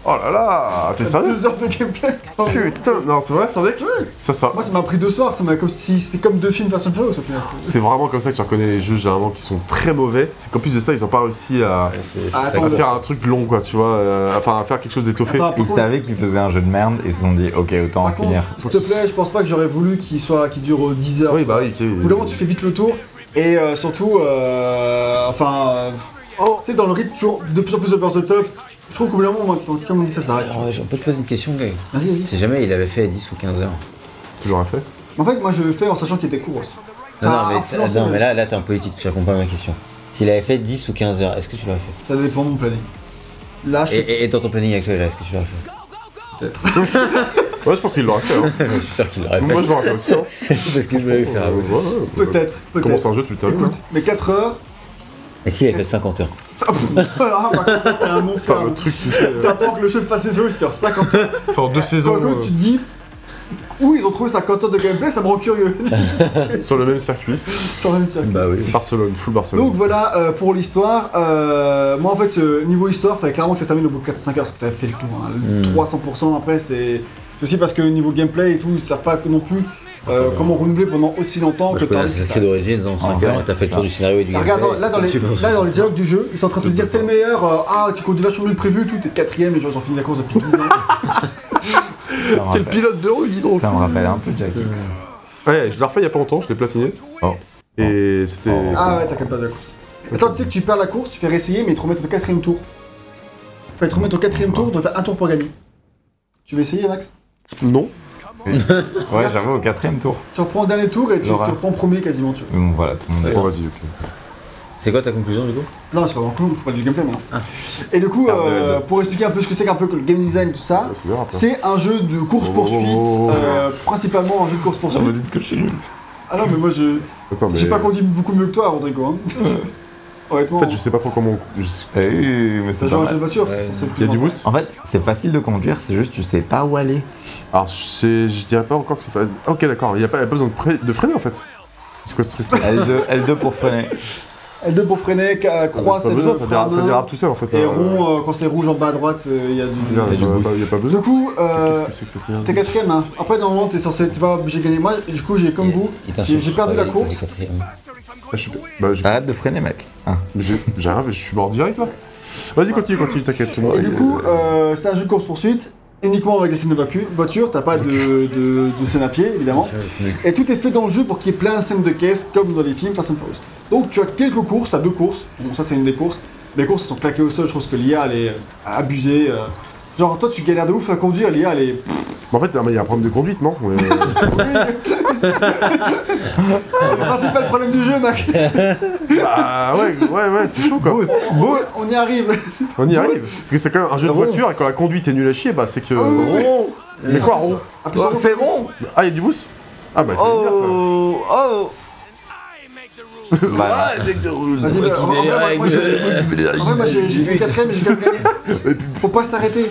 Oh là là T'es sérieux
2 heures de gameplay.
Putain Non, c'est vrai, sans deck Ça, ça.
Moi, ça m'a pris deux soirs, ça m'a comme si c'était comme deux films Fast and Furious au final. C'est-
C'est vraiment comme ça que tu reconnais les jeux généralement qui sont très mauvais. C'est qu'en plus de ça, ils ont pas réussi à,
Ah,
à
attends,
faire un truc long, quoi, tu vois. euh, Enfin, à faire quelque chose d'étoffé.
Attends,
Ils savaient qu'ils faisaient un jeu de merde et ils se sont dit, ok, autant en
par contre,
finir.
s'il te plaît, je pense pas que j'aurais voulu qu'il soit, qu'il dure 10 heures.
Oui, bah oui, ok.
Au bout d'un moment, tu fais vite le tour et euh, surtout, euh, enfin, euh, tu sais, dans le rythme toujours de plus en plus over the top. Je trouve qu'au bout d'un moment, moi, quand- comme on dit, ça s'arrête.
Oh, je peux te poser une question, gars.
Vas-y, vas-y.
Si jamais il avait fait 10 ou 15 heures.
Tu l'aurais fait.
En fait, moi, je le fais en sachant qu'il était court. aussi. Ça
Non, non,
a
mais,
influencé
non,
ma
mais là, là t'es un politique, tu réponds pas à ma question. S'il avait fait 10 ou 15 heures, est-ce que tu l'aurais fait
Ça dépend de mon planning. Là, je
et, et- et dans ton planning actuel, là, est-ce que tu l'aurais fait
Ouais, je pense qu'il l'aurait fait. hein.
Je suis sûr qu'il l'aurait
Moi,
fait.
je l'aurais fait aussi. hein.
C'est ce que je voulais faire.
Euh, ouais, ouais, ouais.
Peut-être,
Commence
peut-être.
hein. un jeu, tu le termines.
Écoute, mais 4 heures,
Et s'il avait fait 50 heures
Ça, voilà, par contre, ça, c'est un bon
Putain, le
ferme.
truc, tu sais, euh,
T'apprends que le jeu fasse une jeu sur 50 heures.
c'est en deux
Sur
saisons
le coup,
euh,
tu te dis. Où ils ont trouvé 50 heures de gameplay, ça me rend curieux.
euh, sur le même circuit.
Sans même sérieux.
Bah oui.
Barcelone, full Barcelone.
Donc voilà euh, pour l'histoire. Euh, moi en fait, euh, niveau histoire, fallait clairement que ça se termine au bout de 4-5 heures parce que ça fait le tour. hein.
Mm.
300% après, c'est. C'est aussi parce que niveau gameplay et tout, ils savent pas non plus euh, comment renouveler pendant aussi longtemps
Moi,
que
je connais
t'as
Assassin's Creed Origins en 5
ouais,
heures, t'as fait le tour
ça.
du scénario et du
Ah,
gameplay.
regarde, là dans, les, là dans les dialogues du jeu, ils sont en train de te dire t'es le meilleur, euh, ah tu comptes vachement mieux le prévu, tout, t'es le quatrième, les gens ils ont fini la course depuis 10 ans.
Ça me rappelle-
pilote de rue, dis donc
ça me rappelle un peu Jack X.
Ouais, je l'ai refait il y a pas longtemps, je l'ai platiné.
Oh.
Et c'était.
Oh.
ah ouais, t'as quand même perdu la course. Attends, tu sais que tu perds la course, tu fais réessayer, mais ils te remettent au quatrième tour. Enfin, ils te remettent au quatrième tour, donc t'as un tour pour gagner. Tu veux essayer, Max
Non.
Ouais, j'avoue, au quatrième tour.
Tu reprends le dernier tour et tu te
Laura.
reprends premier quasiment, tu vois.
Mais bon, voilà, tout le monde est
Bon, vas-y, ok.
C'est quoi ta conclusion du coup
Non, c'est pas vraiment cool, faut pas du gameplay maintenant. Et du coup,
Ah, ouais,
euh,
ouais.
pour expliquer un peu ce que c'est qu'un peu que le game design, tout ça,
Ouais, C'est bien après.
Ah. c'est un jeu de course-poursuite,
Oh.
euh, principalement un jeu de
On me
course-poursuite.
dit que je suis nul.
Ah non, mais moi je.
Attends, mais.
J'ai pas conduit beaucoup mieux que toi, Rodrigo. Hein. Honnêtement,
En fait, je sais pas trop comment. je-
Eh oui, mais
ça
c'est
joue à un
pas
jeu de
mal.
voiture,
Ouais.
c'est c'est le plus
Il y a du
important.
boost
En fait, c'est facile de conduire, c'est juste tu sais pas où aller.
Alors, je sais- je dirais pas encore que c'est facile. Ok, d'accord, il y a pas, y a pas besoin de, pre- de freiner en fait. C'est quoi ce truc
L2, L2 pour freiner.
L2 pour freiner, ca- croix,
Pas
c'est le
besoin, ça
frein à
dérape, ça
main,
dérape tout seul en fait.
Et
là.
rond, euh, quand c'est rouge en bas à droite, euh, il y a
Il y a
du.
pas-
du boost.
il bah, y a pas
Du
besoin.
coup,
Qu'est-ce
euh,
que c'est que cette merde
t'es quatrième. Hein. Après, normalement, t'es censé, t'es pas obligé de gagner. Moi, du coup, j'ai comme vous,
Il
j'ai
t'insulte,
j'ai perdu
je
la
crois, il
course.
t'insulte, quatrième.
Ah, je suis- bah, j'ai-
Arrête de freiner, mec. Ah.
j'ai j'ai rien fait, je suis mort direct là. Vas-y, continue, continue, t'inquiète, tout le monde.
Et du coup, euh, c'est un jeu de course-poursuite, uniquement avec les scènes de vacu- voiture, t'as pas de, de, de scène à pied, évidemment. Et tout est fait dans le jeu pour qu'il y ait plein de scènes de caisse, comme dans les films Fast and Furious. Donc tu as quelques courses, t'as deux courses, bon ça c'est une des courses. Les courses elles sont claquées au sol, je trouve que l'IA elle est euh, abusée. euh. Genre toi tu galères de ouf à conduire, l'IA elle est...
Mais bah, en fait, il y a un problème de conduite, non Ouais, ouais, ouais.
Ah, c'est pas le problème du jeu Max
Ah ouais, ouais, ouais, c'est chaud quoi.
On y arrive
On y arrive. Parce que c'est quand même un jeu de voiture et quand la conduite est nulle à chier, bah c'est que.
oui, oui.
Rond. Mais quoi, rond
Ah, puis ça,
fais rond
Ah, il y a du boost Ah bah c'est bizarre ça.
Oh Bah,
Vas-y, euh, en vrai, moi, moi, j'ai- en vrai, moi, j'ai j'ai fait quatrième, j'ai quand même gagné. Faut pas s'arrêter.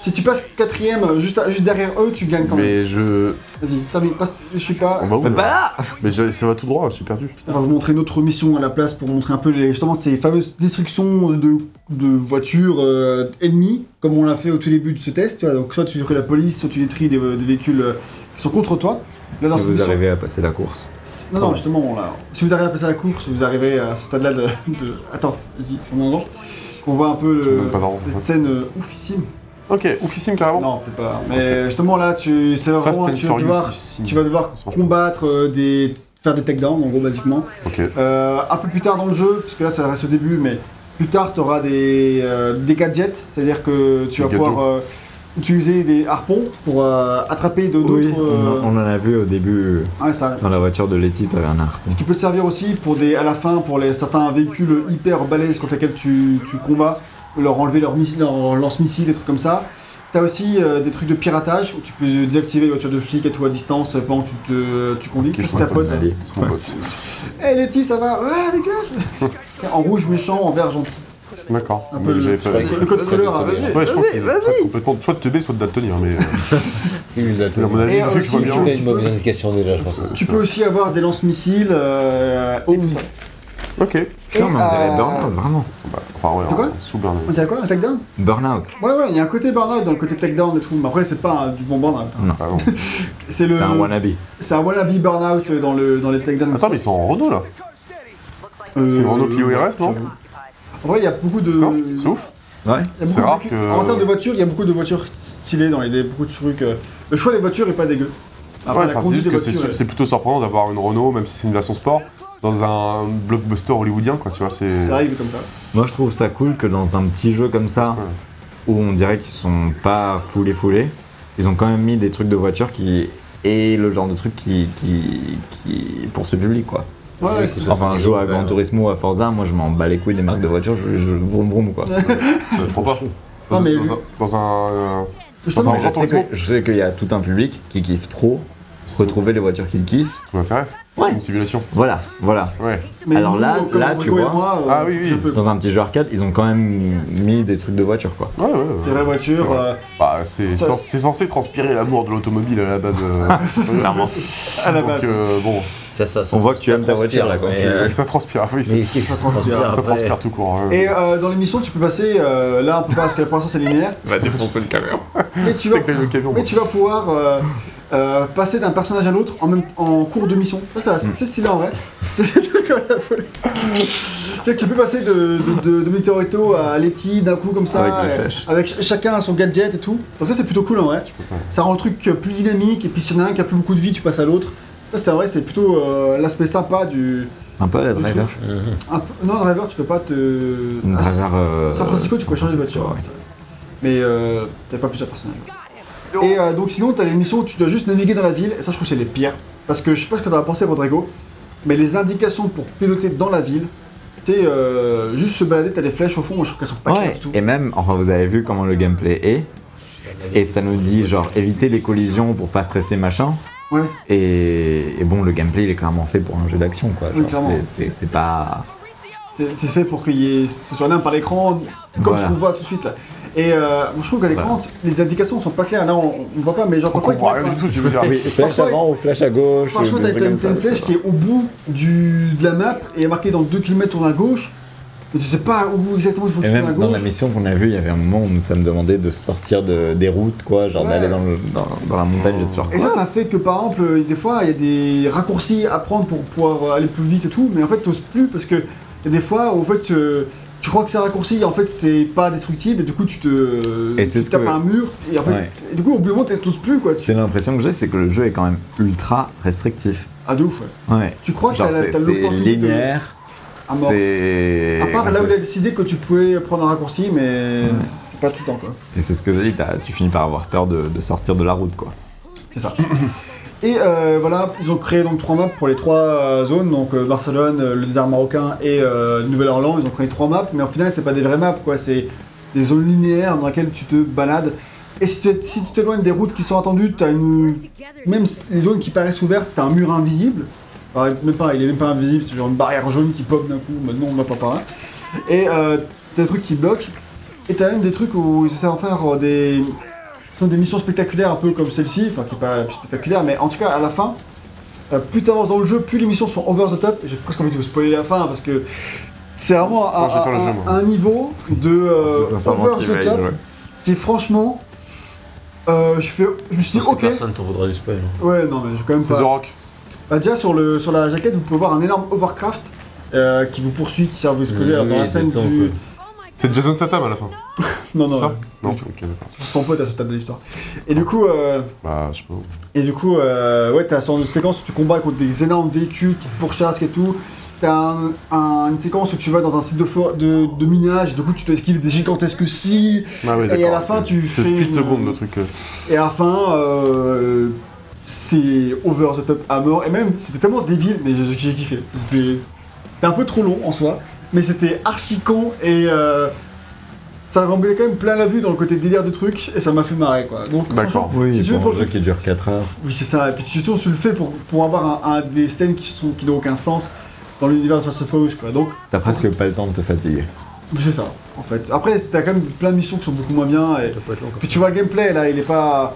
Si tu passes quatrième euh, juste, à- juste derrière eux, tu gagnes quand même.
Mais je.
Vas-y, termine, passe, je suis pas.
On va où
mais
là
pas là
Mais j'ai- ça va tout droit, je suis perdu.
On va vous montrer notre mission à la place pour montrer un peu les- justement ces fameuses destructions de, de voitures euh, ennemies, comme on l'a fait au tout début de ce test. tu vois. Donc soit tu détruis la police, soit tu détruis des, des véhicules euh, qui sont contre toi. Là, dans
Si
cette
vous
mission-
arrivez à passer la course.
Non, non, justement, on l'a- si vous arrivez à passer la course, vous arrivez à ce stade-là de, de- Attends, vas-y, on en On voit un peu
Je
le-
me donne pas d'ordre, en
cette
fait.
scène euh, oufissime.
Ok, oufissime carrément. hein,
Non, peut-être pas. Mais justement, là, tu, c'est
Oh. Fast
vraiment,
and
tu, vas
Furious.
devoir,
ici.
tu vas devoir
C'est bon.
combattre euh, des. faire des takedowns, en gros, basiquement.
Ok.
Euh, un peu plus tard dans le jeu, parce que là ça reste au début, mais plus tard tu auras des, euh, des gadgets, c'est-à-dire que tu
Des
vas pouvoir euh, utiliser des harpons pour euh, attraper de- d'autres.
Oui,
euh,
on, en a vu au début euh,
ouais, ça.
dans la voiture de Letty, t'avais un harpon.
Ce qui peut te servir aussi pour des, à la fin pour les, certains véhicules hyper balèzes contre lesquels tu, tu combats, leur enlever leur, missi- leur lance-missile, des trucs comme ça. T'as aussi euh, des trucs de piratage où tu peux désactiver les voitures de flics et tout à distance euh, pendant que tu, te, tu conduis.
Qui
Ça,
sont
c'est ta
pas
pote.
Allez.
C'est mon pote.
Eh Letty, ça va Ouais, les gars En rouge méchant, en vert gentil.
D'accord.
Un
Mais
peu le-
J'avais pas.
le
Le code couleur, hein, vas-y.
Ouais, je crois que t'es complètement soit de teubé, soit de daltonien. Mais euh,
C'est une
à mon avis,
Et, euh,
vu que je vois
si,
bien.
T'as une mauvaise indication déjà, je pense.
c'est-
Tu peux aussi avoir des lance-missiles euh, et tout ça.
Ok.
Putain, mais on
euh,
dirait Burnout, vraiment.
Bah, Enfin, ouais,
De quoi
hein, sous
On
Burnout.
dirait quoi Un takedown
Burnout.
Ouais, ouais, il y a un côté burnout dans le côté takedown et tout, mais après, c'est pas un- du bon burnout. hein.
Ah, non.
C'est le.
C'est un wannabe.
C'est un wannabe burnout dans, le, dans les takedowns.
Attends, mais ils sont en Renault là.
Euh,
C'est une Renault Clio RS, non
En vrai, il y a beaucoup de.
Putain, c'est ouf.
il
Ouais.
y a beaucoup
c'est
de-
rare que-
En termes de voitures, il y a beaucoup de voitures stylées dans les. des- Beaucoup de trucs. euh, Le choix des voitures est pas dégueu. Après,
Ouais,
la
enfin, c'est
conduite
juste
des
que c'est
voitures,
c'est plutôt surprenant d'avoir une Renault, même si c'est une version sport, dans un blockbuster hollywoodien, quoi. Tu vois, c'est.
elle- euh, Ça arrive comme ça.
Moi, je trouve ça cool que dans un petit jeu comme ça,
Ouais.
où on dirait qu'ils sont pas foulés foulés, ils ont quand même mis des trucs de voiture qui est le genre de truc qui, qui, qui pour ce public quoi.
Ouais,
Oui,
ouais,
c'est
c'est
ça.
Enfin, je joue à Gran Turismo, à Forza, moi je m'en bats les couilles des marques de voitures, je, je vroom vroom quoi.
Je comprends pas. Dans,
Non, mais
dans
lui-
un. Dans un euh,
Enfin,
Justement,
Grand
je sais
Turismo.
que- je sais qu'il y a tout un public qui kiffe trop retrouver les voitures qu'il kiffe.
Tout l'intérêt.
Ouais.
C'est une simulation.
Voilà, voilà.
Ouais.
Mais
Alors
nous,
là-
comme
là, tu
Rodrigo et
vois-
moi, euh,
Ah oui, oui.
un peu.
Dans un petit jeu arcade, ils ont quand même mis des trucs de voiture quoi.
Ouais, ouais, ouais.
Les vraies
C'est
voitures,
vrai.
euh,
Bah, c'est
Ça-
cen- c'est censé transpirer l'amour de l'automobile à la base. euh, clairement.
à la
Donc,
base.
euh, bon,
Ça, ça, ça-
On voit que tu
ça
aimes ta
transpire,
voiture, là, quoi.
mais,
Euh,
ça transpire, oui,
mais
ça,
ça
transpire
transpire,
ça
après.
transpire tout court. hein.
Et euh, dans l'émission, tu peux passer, euh, là on peut pas parce que pour l'instant c'est linéaire,
va défoncer le camion.
mais tu vas,
Tac, tac, le camion.
mais tu vas pouvoir euh, euh, passer d'un personnage à l'autre en, même- en cours de mission. Ça, ça,
Hmm.
c'est c'est stylé en vrai. C'est comme la police. C'est que tu peux passer de, de, de, de Meteorito à Letty d'un coup comme ça,
Avec des
euh,
flèches.
avec ch- chacun son gadget et tout. Donc ça c'est plutôt cool en vrai. Ça rend le truc euh, plus dynamique et puis s'il y en a un qui a plus beaucoup de vie, tu passes à l'autre. Ça c'est vrai, c'est plutôt euh, l'aspect sympa du...
Un peu à la
du
driver.
truc. Un peu- Non, driver, tu peux pas te...
Une driver. euh,
San Francisco, tu peux
San
changer de
Francisco,
voiture.
ouais.
Mais euh, t'as pas plusieurs personnages. Et euh, donc sinon, t'as les missions où tu dois juste naviguer dans la ville, et ça je trouve que c'est les pires. Parce que je sais pas ce que t'en as pensé, Rodrigo, mais les indications pour piloter dans la ville, tu sais, euh, juste se balader, t'as des flèches au fond, moi, je trouve qu'elles sont pas claires
Ouais,
du tout.
et même, enfin vous avez vu comment le gameplay est. Et ça nous dit genre éviter les collisions pour pas stresser machin.
Ouais.
Et, et bon, le gameplay il est clairement fait pour un jeu d'action quoi.
Oui,
Genre,
clairement.
c'est- c'est c'est pas.
C'est c'est fait pour qu'il y ait- ce soit l'un par l'écran, comme
Voilà.
ce qu'on voit tout de suite là. Et euh, moi, je trouve qu'à l'écran, les indications sont pas claires, là on, on voit pas, mais genre
On
parfois,
comprend
il y a-
rien du tout, tu veux dire.
Ah Oui, flash
Parfois,
avant ou flash à gauche.
Franchement,
ou
t'as
des
t'as une,
trucs
t'as
comme
une
ça,
flèche
ça
qui est au bout du, de la map et est marquée dans 2 km tourne à gauche. Mais tu sais pas au bout exactement il faut que
Et
tu tournes à
même dans la
gauche.
mission qu'on a vue, il y avait un moment où ça me demandait de sortir de, des routes, quoi, genre
Ouais.
d'aller dans, le- dans, dans la montagne, et de genre.
Et ça, ça fait que par exemple, euh, des fois, il y a des raccourcis à prendre pour pouvoir euh, aller plus vite et tout, mais en fait, t'oses plus parce que il y a des fois où en fait, euh, tu crois que c'est un raccourci et en fait, c'est pas destructible et du coup, tu te
Et c'est
tu
ce
tapes
que-
un mur et en fait,
Ouais.
et du coup, au bout d'un moment, t'oses plus quoi. Tu...
C'est l'impression que j'ai, c'est que le jeu est quand même ultra restrictif.
Ah, de ouf, ouais.
Ouais.
Tu crois que
Genre,
t'as la-
c'est
t'as
c'est
l'opportunité de-
linéaire,
à mort.
c'est.
À part là où il a décidé que tu pouvais prendre un raccourci, mais c'est pas tout le temps quoi.
Et c'est ce que j'ai dit, t'as- tu finis par avoir peur de, de sortir de la route, quoi.
C'est ça. Et euh, voilà, ils ont créé donc trois maps pour les trois euh, zones, donc euh, Barcelone, euh, le désert marocain et euh, Nouvelle-Orléans. Ils ont créé trois maps, mais au final, c'est pas des vraies maps, quoi. C'est des zones linéaires dans lesquelles tu te balades. Et si tu si tu t'éloignes des routes qui sont attendues, t'as une même s- les zones qui paraissent ouvertes, t'as un mur invisible. Enfin, même pas, il est même pas invisible, c'est genre une barrière jaune qui pop d'un coup, maintenant on va pas par là. Et euh, t'as des trucs qui bloquent. Et t'as même des trucs où ils essaient d'en faire euh, des. Ce sont des missions spectaculaires un peu comme celle-ci, enfin qui est pas la plus spectaculaire, mais en tout cas à la fin, euh, plus t'avances dans le jeu, plus les missions sont over the top. J'ai presque envie de vous spoiler la fin parce que c'est vraiment à,
Moi, je vais faire le
à-
jeu, moi.
à un niveau de euh,
C'est sincèrement
over
qu'il
the
va y
top
jouer.
qui est franchement. euh, je, fais, je me suis dit
Je pense
ok.
que personne t'en voudra du spoil.
Ouais, non, mais je vais quand même
C'est
pas.
The Rock.
Bah déjà sur, le, sur la jaquette vous pouvez voir un énorme Overcraft euh, qui vous poursuit, qui sert à vous exploser
Oui,
Alors, dans la
oui,
scène
détends,
du...
quoi.
C'est Jason Statham à la fin.
Non
c'est
non,
ça
ouais.
Non, ok, d'accord.
c'est ton pote à ce stade de l'histoire. Et du coup, euh,
Bah, je sais pas.
et du coup euh, ouais, t'as une séquence où tu combats contre des énormes véhicules qui te pourchassent et tout. T'as un- un- une séquence où tu vas dans un site de, for- de, de minage, du coup tu te esquives des gigantesques scies.
Ah oui,
Et à
d'accord,
la fin,
ok.
tu
C'est
fais
split
une-
seconde le truc. euh.
Et à la fin, euh, c'est over the top à mort. Et même, c'était tellement débile, mais j'ai j'ai kiffé. C'était c'était un peu trop long en soi, mais c'était archi con et euh, ça remboursait quand même plein la vue dans le côté délire de truc et ça m'a fait marrer quoi. Donc,
D'accord.
franchement, si tu veux pour le truc-
qui dure 4 heures.
Oui, c'est ça. Et puis surtout, tu le fais pour, pour avoir un, un des scènes qui sont qui n'ont aucun sens dans l'univers de Fast and Furious quoi. Donc,
T'as presque pas le temps de te fatiguer.
mais c'est ça en fait. Après, t'as quand même plein de missions qui sont beaucoup moins bien. Et...
Ça peut être long.
Puis tu vois le gameplay là, il est pas.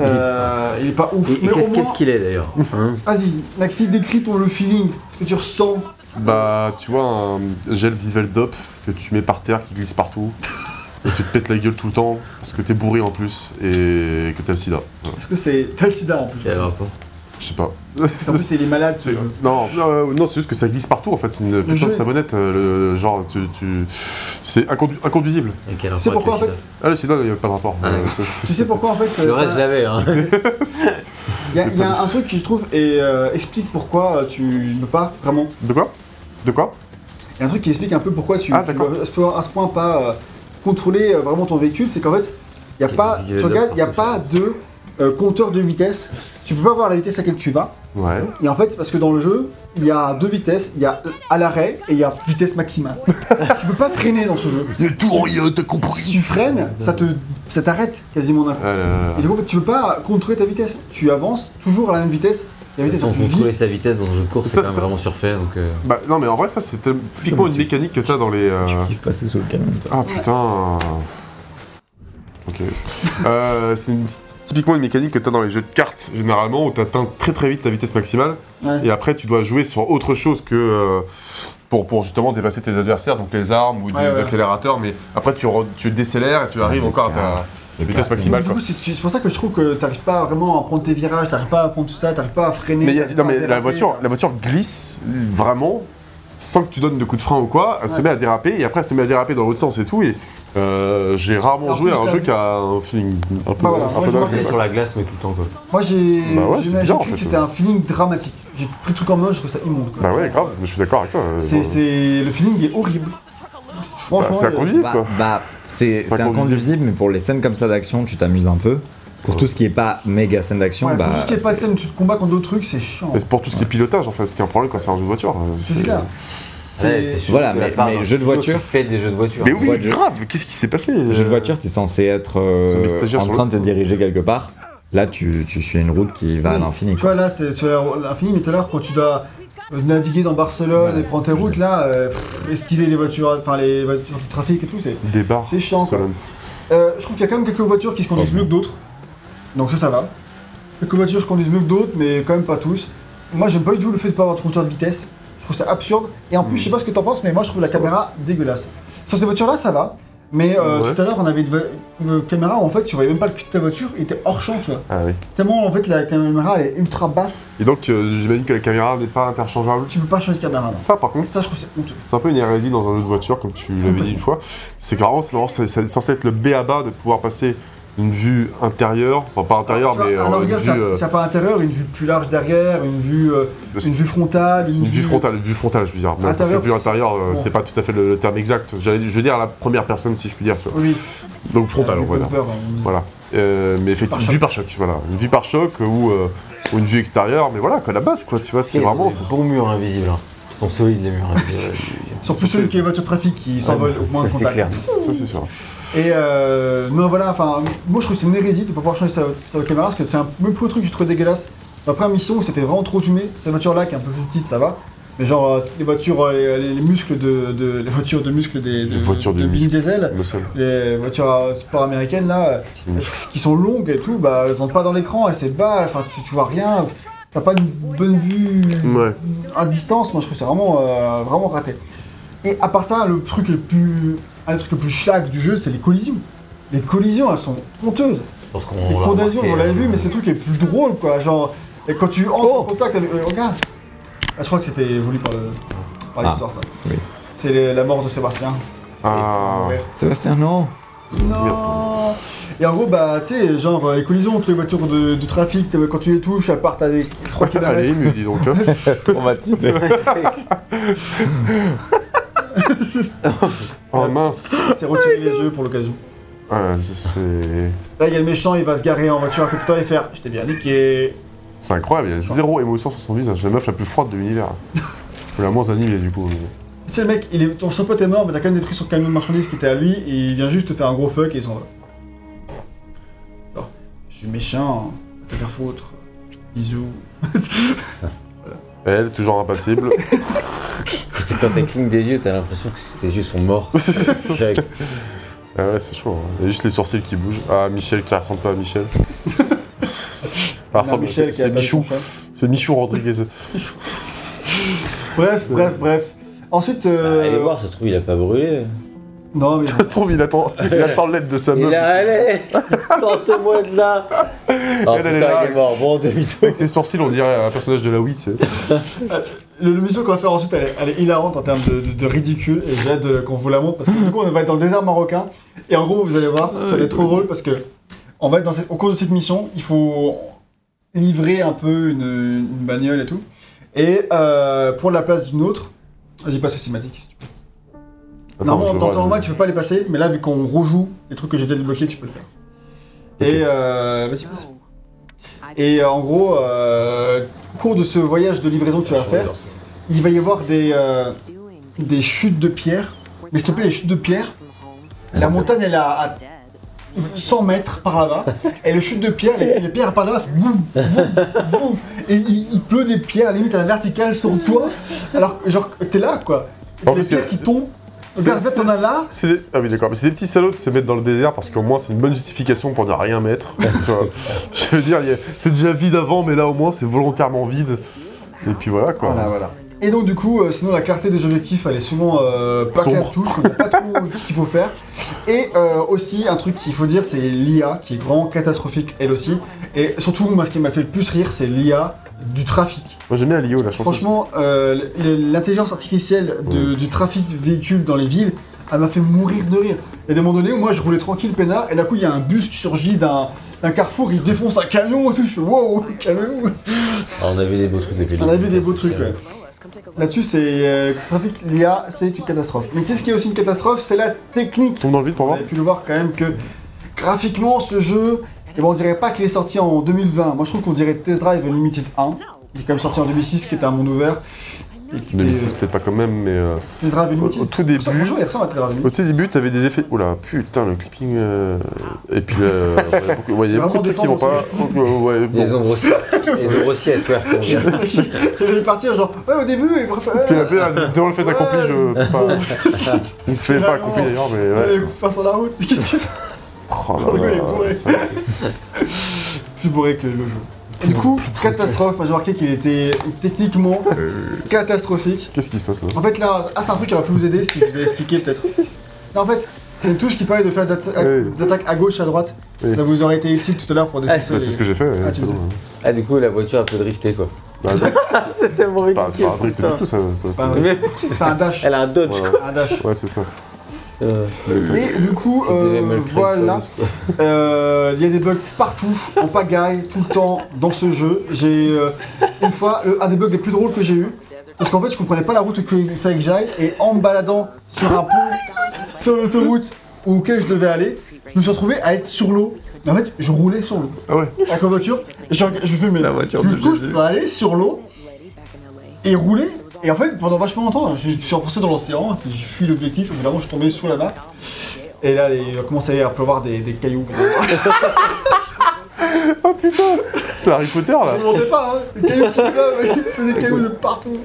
euh, il est pas ouf.
Et,
mais au
qu'est-ce
moins-
qu'il est d'ailleurs
Vas-y, Naxi, décris ton le feeling, ce que tu ressens.
Bah, tu vois, un gel Vivel Dop que tu mets par terre, qui glisse partout. Et tu te pètes la gueule tout le temps, parce que t'es bourré en plus, et que t'as le sida. Voilà.
Parce que c'est. T'as le sida en plus.
Quel rapport
Je sais pas.
En plus, il est malade. ce
C'est- euh,
jeu.
Non, non, non, c'est juste que ça glisse partout en fait, c'est une putain
jeu
de
est-
savonnette, euh, le, genre tu, tu- c'est incondu- inconduisible.
Et quel
Tu sais
rapport
pourquoi en
avec
fait
le sida
Ah le sida, il n'y a pas de rapport.
Ah,
Euh,
Tu sais pourquoi en fait
Le
ça-
reste, je l'avais. Hein.
Il y, a- il y a un truc qui je trouve et euh, explique pourquoi euh, tu ne peux pas vraiment.
De quoi De quoi
Il y a un truc qui explique un peu pourquoi tu,
Ah,
tu
d'accord.
dois à ce point, à ce point pas euh, contrôler euh, vraiment ton véhicule, c'est qu'en fait, il y a
Parce
pas,
que
tu
le
regardes, il n'y a
vidéo, par
pas de euh, compteur de vitesse. Tu peux pas voir la vitesse à laquelle tu vas.
Ouais.
Et en fait, c'est parce que dans le jeu, il y a deux vitesses, il y a euh, à l'arrêt et il y a vitesse maximale. tu peux pas freiner dans ce jeu.
Il y a tout rien, t'as
Si
compris
tu freines, ça te, ça t'arrête quasiment d'un coup.
Ah là là là.
Et du coup, tu peux pas contrôler ta vitesse. Tu avances toujours à la même vitesse. La vitesse la
Sans
plus
contrôler
vite.
sa vitesse dans un jeu de course, c'est
Ça-
quand même
ça-
vraiment
ça-
surfait. Donc, euh,
Bah non mais en vrai ça c'est t- typiquement une mécanique que t'as dans les... euh,
Tu kiffes passer sous le canon. toi.
Ah putain Ok. Euh, c'est une- typiquement une mécanique que t'as dans les jeux de cartes généralement où t'atteins très très vite ta vitesse maximale
Ouais.
et après tu dois jouer sur autre chose que... euh, pour, pour justement dépasser tes adversaires, donc les armes ou des
Ouais, ouais.
accélérateurs, mais après tu, re- tu décélères et tu arrives
Ah, les
encore à ta
cartes,
vitesse maximale.
Du
quoi.
coup, Ah, c'est, c'est pour ça que je trouve que t'arrives pas vraiment à prendre tes virages, t'arrives pas à prendre tout ça, t'arrives pas à freiner.
Mais, y a-
t'arrives
non,
pas à
mais la,
déraper.
voiture, la voiture glisse vraiment sans que tu donnes de coup de frein ou quoi, elle se
Ouais.
met à déraper et après elle se met à déraper dans l'autre sens et tout. Et euh, j'ai rarement
Alors,
joué à
plus
un
t'as-
jeu qui a un feeling un peu
Bah voilà,
un peu
moi, j'ai
dingue,
marqué
quoi.
sur la glace, mais tout le temps quoi.
Moi, j'ai,
Bah ouais,
j'ai-
c'est
j'ai
bizarre,
cru
en
que
fait.
c'était un feeling dramatique. J'ai pris le truc en main, je trouvais ça immonde. quoi.
Bah ouais, grave, je suis d'accord avec toi. euh,
C'est,
genre,
c'est- Le feeling est horrible.
bah,
Franchement,
c'est
il y a-
inconduisible
Bah,
quoi.
bah, c'est
C'est
c'est
inconduisible.
inconduisible, mais pour les scènes comme ça d'action, tu t'amuses un peu. Pour tout ce qui est pas méga scène d'action,
Ouais,
bah.
pour tout ce qui est pas
c'est-
scène, tu te combats contre d'autres trucs, c'est chiant.
Mais c'est pour tout ce qui est pilotage en fait, ce qui est un problème quand c'est un jeu de voiture. euh,
C'est, c'est clair.
Ouais, c'est sûr
Voilà,
que la
mais-
part
mais
d'un
jeu de
studio
voiture-
qui fait des jeux de voiture.
Mais oui,
Ouais, je-
grave, qu'est-ce qui s'est passé euh,
Jeu de voiture, t'es censé être euh,
Zombie stagiaire
en
sur
train
le
de te
coup.
diriger quelque part. Là, tu, tu suis une route qui va à l'infini.
Tu vois, là, c'est sur la- l'infini, mais tout à l'heure, quand tu dois euh, naviguer dans Barcelone et prendre tes routes, là, euh, pff, esquiver les voitures, enfin les voitures de trafic et tout, c'est.
Des barres.
C'est chiant, quoi.
Solène.
Euh, je trouve qu'il y a quand même quelques voitures qui se conduisent mieux que d'autres. Donc ça, ça va. Quelques voitures se conduisent mieux que d'autres, mais quand même pas tous. Moi, j'aime pas du tout le fait de pas avoir de compteur de vitesse. Je trouve ça absurde. Et en plus, je sais pas ce que t'en penses, mais moi, je trouve la caméra dégueulasse. Sur ces voitures-là, ça va. Mais euh,
Ouais.
tout à l'heure, on avait une, vo- une caméra où en fait, tu voyais même pas le cul de ta voiture, il était hors champ, tu vois.
Ah oui.
Tellement en fait, la caméra elle est ultra basse,
Et donc euh, j'imagine que la caméra n'est pas interchangeable.
tu peux pas changer de caméra. non.
Ça par contre,
Ça, je trouve que c'est honteux.
C'est un peu une hérésie dans un jeu de voiture, comme tu l'avais dit une fois. C'est que vraiment, c'est vraiment- c'est- c'est censé être le B à bas de pouvoir passer d'une vue intérieure, enfin pas intérieure,
Tu vois,
mais euh,
alors,
une,
regarde,
vue,
ça,
euh,
ça a pas intérieur, une vue plus large derrière, une vue, euh,
c'est-
une vue frontale,
c'est une vue frontale, une vue frontale, je veux dire. Même parce que
Intérieur,
vue intérieure, euh,
bon.
c'est pas tout à fait le, le terme exact. J'allais- Je veux dire à la première personne, si je puis dire. tu vois.
Oui.
Donc frontale, on
Une
va dire.
bumper, hein.
Voilà. Euh, mais effectivement,
Par choc.
une vue par choc, voilà. Une vue par choc euh, ou, euh, ou une vue extérieure, mais voilà, quoi, la base, quoi, tu vois, c'est
Ils ont
vraiment.
des
ça-
bons murs invisibles. hein. Ils sont solides les murs invisibles.
Sur plus celui qui est voiture trafic qui s'envole au point de
Ça, c'est
contact.
clair.
Ça, c'est sûr.
Et euh, non, voilà, enfin, moi je trouve que c'est une hérésie de pas pouvoir changer sa, sa caméra parce que c'est un le premier truc que je trouve dégueulasse. La première mission où c'était vraiment trop zoomé, cette voiture là qui est un peu plus petite, ça va. Mais genre euh, les voitures, euh, les, les- les muscles de, de- les voitures de muscles des de,
Les voitures de
de Vin
muscles.
Diesel,
Le seul.
les voitures à sport américaines là, euh, qui sont longues et tout, bah elles entrent pas dans l'écran et c'est bas, enfin si tu vois rien, t'as pas une bonne vue
Ouais.
à distance, moi je trouve c'est vraiment, euh, vraiment raté. Et à part ça, le truc le plus. Un des trucs le plus schlag du jeu, c'est les collisions. Les collisions, elles sont honteuses.
Je pense qu'on
les
l'a
collisions,
remarqué,
on l'avait vu,
euh,
mais c'est le truc qui est le plus drôle, quoi. Genre, et quand tu entres en contact avec. euh, regarde Ah, Je crois que c'était voulu par, le- par
Ah,
l'histoire, ça.
oui.
C'est le- la mort de Sébastien.
Ah.
Ouais.
Sébastien, non
c'est une merde.
Non. Et en gros, bah, tu sais, genre, euh, les collisions entre les voitures de, de trafic, t'as- quand tu les touches, elles partent à des 3 km.
Allez, mieux, dis donc. hein.
Traumatisé.
Oh mince.
C'est retirer les yeux pour l'occasion.
Ah, c'est- c'est
Là, il y a le méchant, il va se garer en voiture à côté de toi et faire Je t'ai bien niqué.
c'est incroyable, il y a zéro émotion sur son visage, la meuf la plus froide de l'univers. Ou la moins animée du coup. mais-
Tu sais, le mec, il est... ton son pote est mort, mais t'as quand même détruit son camion de marchandises qui était à lui, et il vient juste te faire un gros fuck et il s'en va. Genre, je suis méchant, va te faire foutre. Bisous.
Elle, toujours impassible.
C'est quand t'as cligné des yeux, t'as l'impression que ses yeux sont morts. Jack,
ah ouais, c'est chaud. hein. Il y a juste les sourcils qui bougent. Ah, Michel qui ressemble pas à Michel. Ça
Non,
ressemble-
Michel
c'est
qui a
c'est
pas de
Michou.
son chat.
C'est Michou Rodriguez.
Bref, bref, bref. Ensuite. euh,
Allez voir, ça se trouve, il a pas brûlé.
Non, mais.
Ça se trouve, il attend il attend l'aide de sa meuf.
Il a allé Sortez-moi de là Oh
Elle, elle est
putain,
là.
il est mort. Bon, demi-tour.
Avec ses sourcils, on dirait un personnage de la Wii, tu sais.
Le, le mission qu'on va faire ensuite, elle, est- elle est hilarante en termes de, de- de ridicule et j'ai hâte de- qu'on vous la montre parce que du coup, on va être dans le désert marocain et en gros, vous allez voir, ça va être trop drôle parce que on va être dans cette- au cours de cette mission, il faut livrer un peu une, une bagnole et tout et euh, prendre la place d'une autre. Vas-y, passe la cinématique. Normalement,
je
dans le temps
vois.
normal, tu peux pas les passer, mais là, vu qu'on rejoue les trucs que j'ai déjà débloqués, tu peux le faire. Et euh, vas-y, passe. Et euh, en gros, euh, au cours de ce voyage de livraison que tu vas faire, il va y avoir des, euh, des chutes de pierre.
Ah,
Mais s'il te plaît, les chutes de pierre, la montagne elle est à, à 100 mètres par là-bas. Et les chutes de pierre, les, les pierres par là-bas, font boum, boum, boum. Et il, il pleut des pierres limite à la verticale sur toi. Alors, genre, t'es là quoi.
En
les
plus,
pierres
c'est-
qui tombent.
c'est-
Vers t'en as là.
C'est des- Ah oui, d'accord. Mais c'est des petits salauds de se mettre dans le désert parce qu'au moins c'est une bonne justification pour ne rien mettre. tu vois. Je veux dire, il y a- c'est déjà vide avant, mais là au moins c'est volontairement vide. Et puis voilà quoi.
Voilà, voilà. Et donc du coup, euh, sinon la clarté des objectifs, elle est souvent euh, pas
Sombre.
cartouche, on sait pas trop ce qu'il faut faire. Et euh, aussi un truc qu'il faut dire, c'est l'IA qui est vraiment catastrophique elle aussi. Et surtout, moi, ce qui m'a fait le plus rire, c'est l'IA du trafic.
Moi j'aime bien Lio la chanteuse.
Franchement, euh, l- l'intelligence artificielle de- du trafic de véhicules dans les villes, elle m'a fait mourir de rire. Et à un moment donné, moi, je roulais tranquille, peinard, et d'un coup, il y a un bus qui surgit d'un d'un carrefour, il défonce un camion et tout. Je fais wow, camion.
Ah,
on a vu des beaux trucs depuis
On a vu des beaux trucs. Ouais. Là-dessus, c'est euh, trafic l'IA, c'est une catastrophe. Mais tu sais ce qui est aussi une catastrophe, c'est la technique.
Tombe dans le vide pour
On
voir.
a pu le voir quand même que graphiquement, ce jeu, eh ben, on dirait pas qu'il est sorti en 2020. Moi, je trouve qu'on dirait Test Drive Limited 1. Il est quand même sorti en 2006, qui était un monde ouvert. Et qui était,
2006
euh,
peut-être pas quand même, mais euh,
Test Drive
au,
Limited.
au tout
Franchement,
début.
Franchement, il ressemble à Test Drive
Au
Limited.
tout début, t'avais des effets. Oula, putain, le clipping. euh, Et puis, euh, ouais, il y a beaucoup, ouais, il y a
Vraiment
beaucoup de trucs qui vont pas. euh, Ouais, bon.
Les ombres aussi. Les ombres aussi à twerk. on dirait.
Il allait partir, genre, ouais, au début, il préfère.
Puis la paix, devant le fait accompli, je peux pas. Il me fait pas accompli d'ailleurs, mais ouais.
Il passe sur la route. Qu'est-ce que tu fais
Oh là là, ça-
Plus bourré que le jeu. Et du coup, catastrophe. J'ai remarqué qu'il était techniquement catastrophique.
Euh, Qu'est-ce qui se passe là
En fait, là, ah, c'est un truc qui va plus vous aider, si je vous ai expliqué peut-être. Non, en fait, c'est une touche qui permet de faire des, atta-
Oui.
des attaques à gauche, à droite.
Oui.
Ça vous aurait été utile tout à l'heure pour des.
Bah, C'est ce que j'ai fait. ouais,
Ah, tu
c'est
le
bon,
sais.
ouais.
Ah, du coup, la voiture a peu drifté quoi.
Bah,
C'est tellement
C'est pas, c'est pas un
ridicule,
drift du tout ça. toi,
pas
toi.
un
Mais
C'est un dash.
Elle a un dodge
Voilà.
quoi.
Un dash.
Ouais, c'est ça.
Euh,
Et du coup,
c'était
euh,
même le crime,
voilà.
quoi.
Euh, Il y a des bugs partout, en pagaille, tout le temps, dans ce jeu. J'ai euh, une fois le- un des bugs les plus drôles que j'ai eu. Parce qu'en fait, je comprenais pas la route où il fallait que j'aille. Et en me baladant sur un pont, sur l'autoroute auquel je devais aller, je me suis retrouvé à être sur l'eau. Mais en fait, je roulais sur l'eau.
Ah ouais
Avec ma voiture, et je, je fais mais
la voiture
du
de
coup,
Jésus.
je peux aller sur l'eau et rouler. Et en fait, pendant vachement longtemps, je je suis renforcé dans l'océan, j'ai fui l'objectif, au bout d'un moment, je suis tombé sous la barre. Et là, les- il a commencé à pleuvoir des, des cailloux.
Oh putain C'est Harry Potter là
Je ne pas, hein Des cailloux qui pleuvent, il fait des cailloux de partout.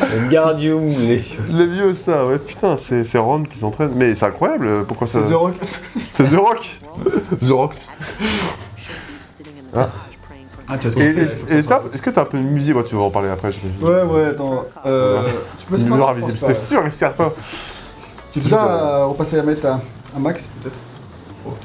Le Guardium, les.
C'est vieux ça, ouais putain, c'est c'est Ron qui s'entraîne. Mais c'est incroyable, euh, pourquoi ça.
C'est The Rock.
C'est The Rock The Rock
Ah, tu as
Et et- et t'as- est-ce que t'as un peu de musique Ouais, tu vas en parler après, je
Ouais, ouais, attends. Euh, tu peux
Le noir invisible, c'était
c'était
sûr et certain.
Tu peux pas euh, repasser la mettre à, à Max, peut-être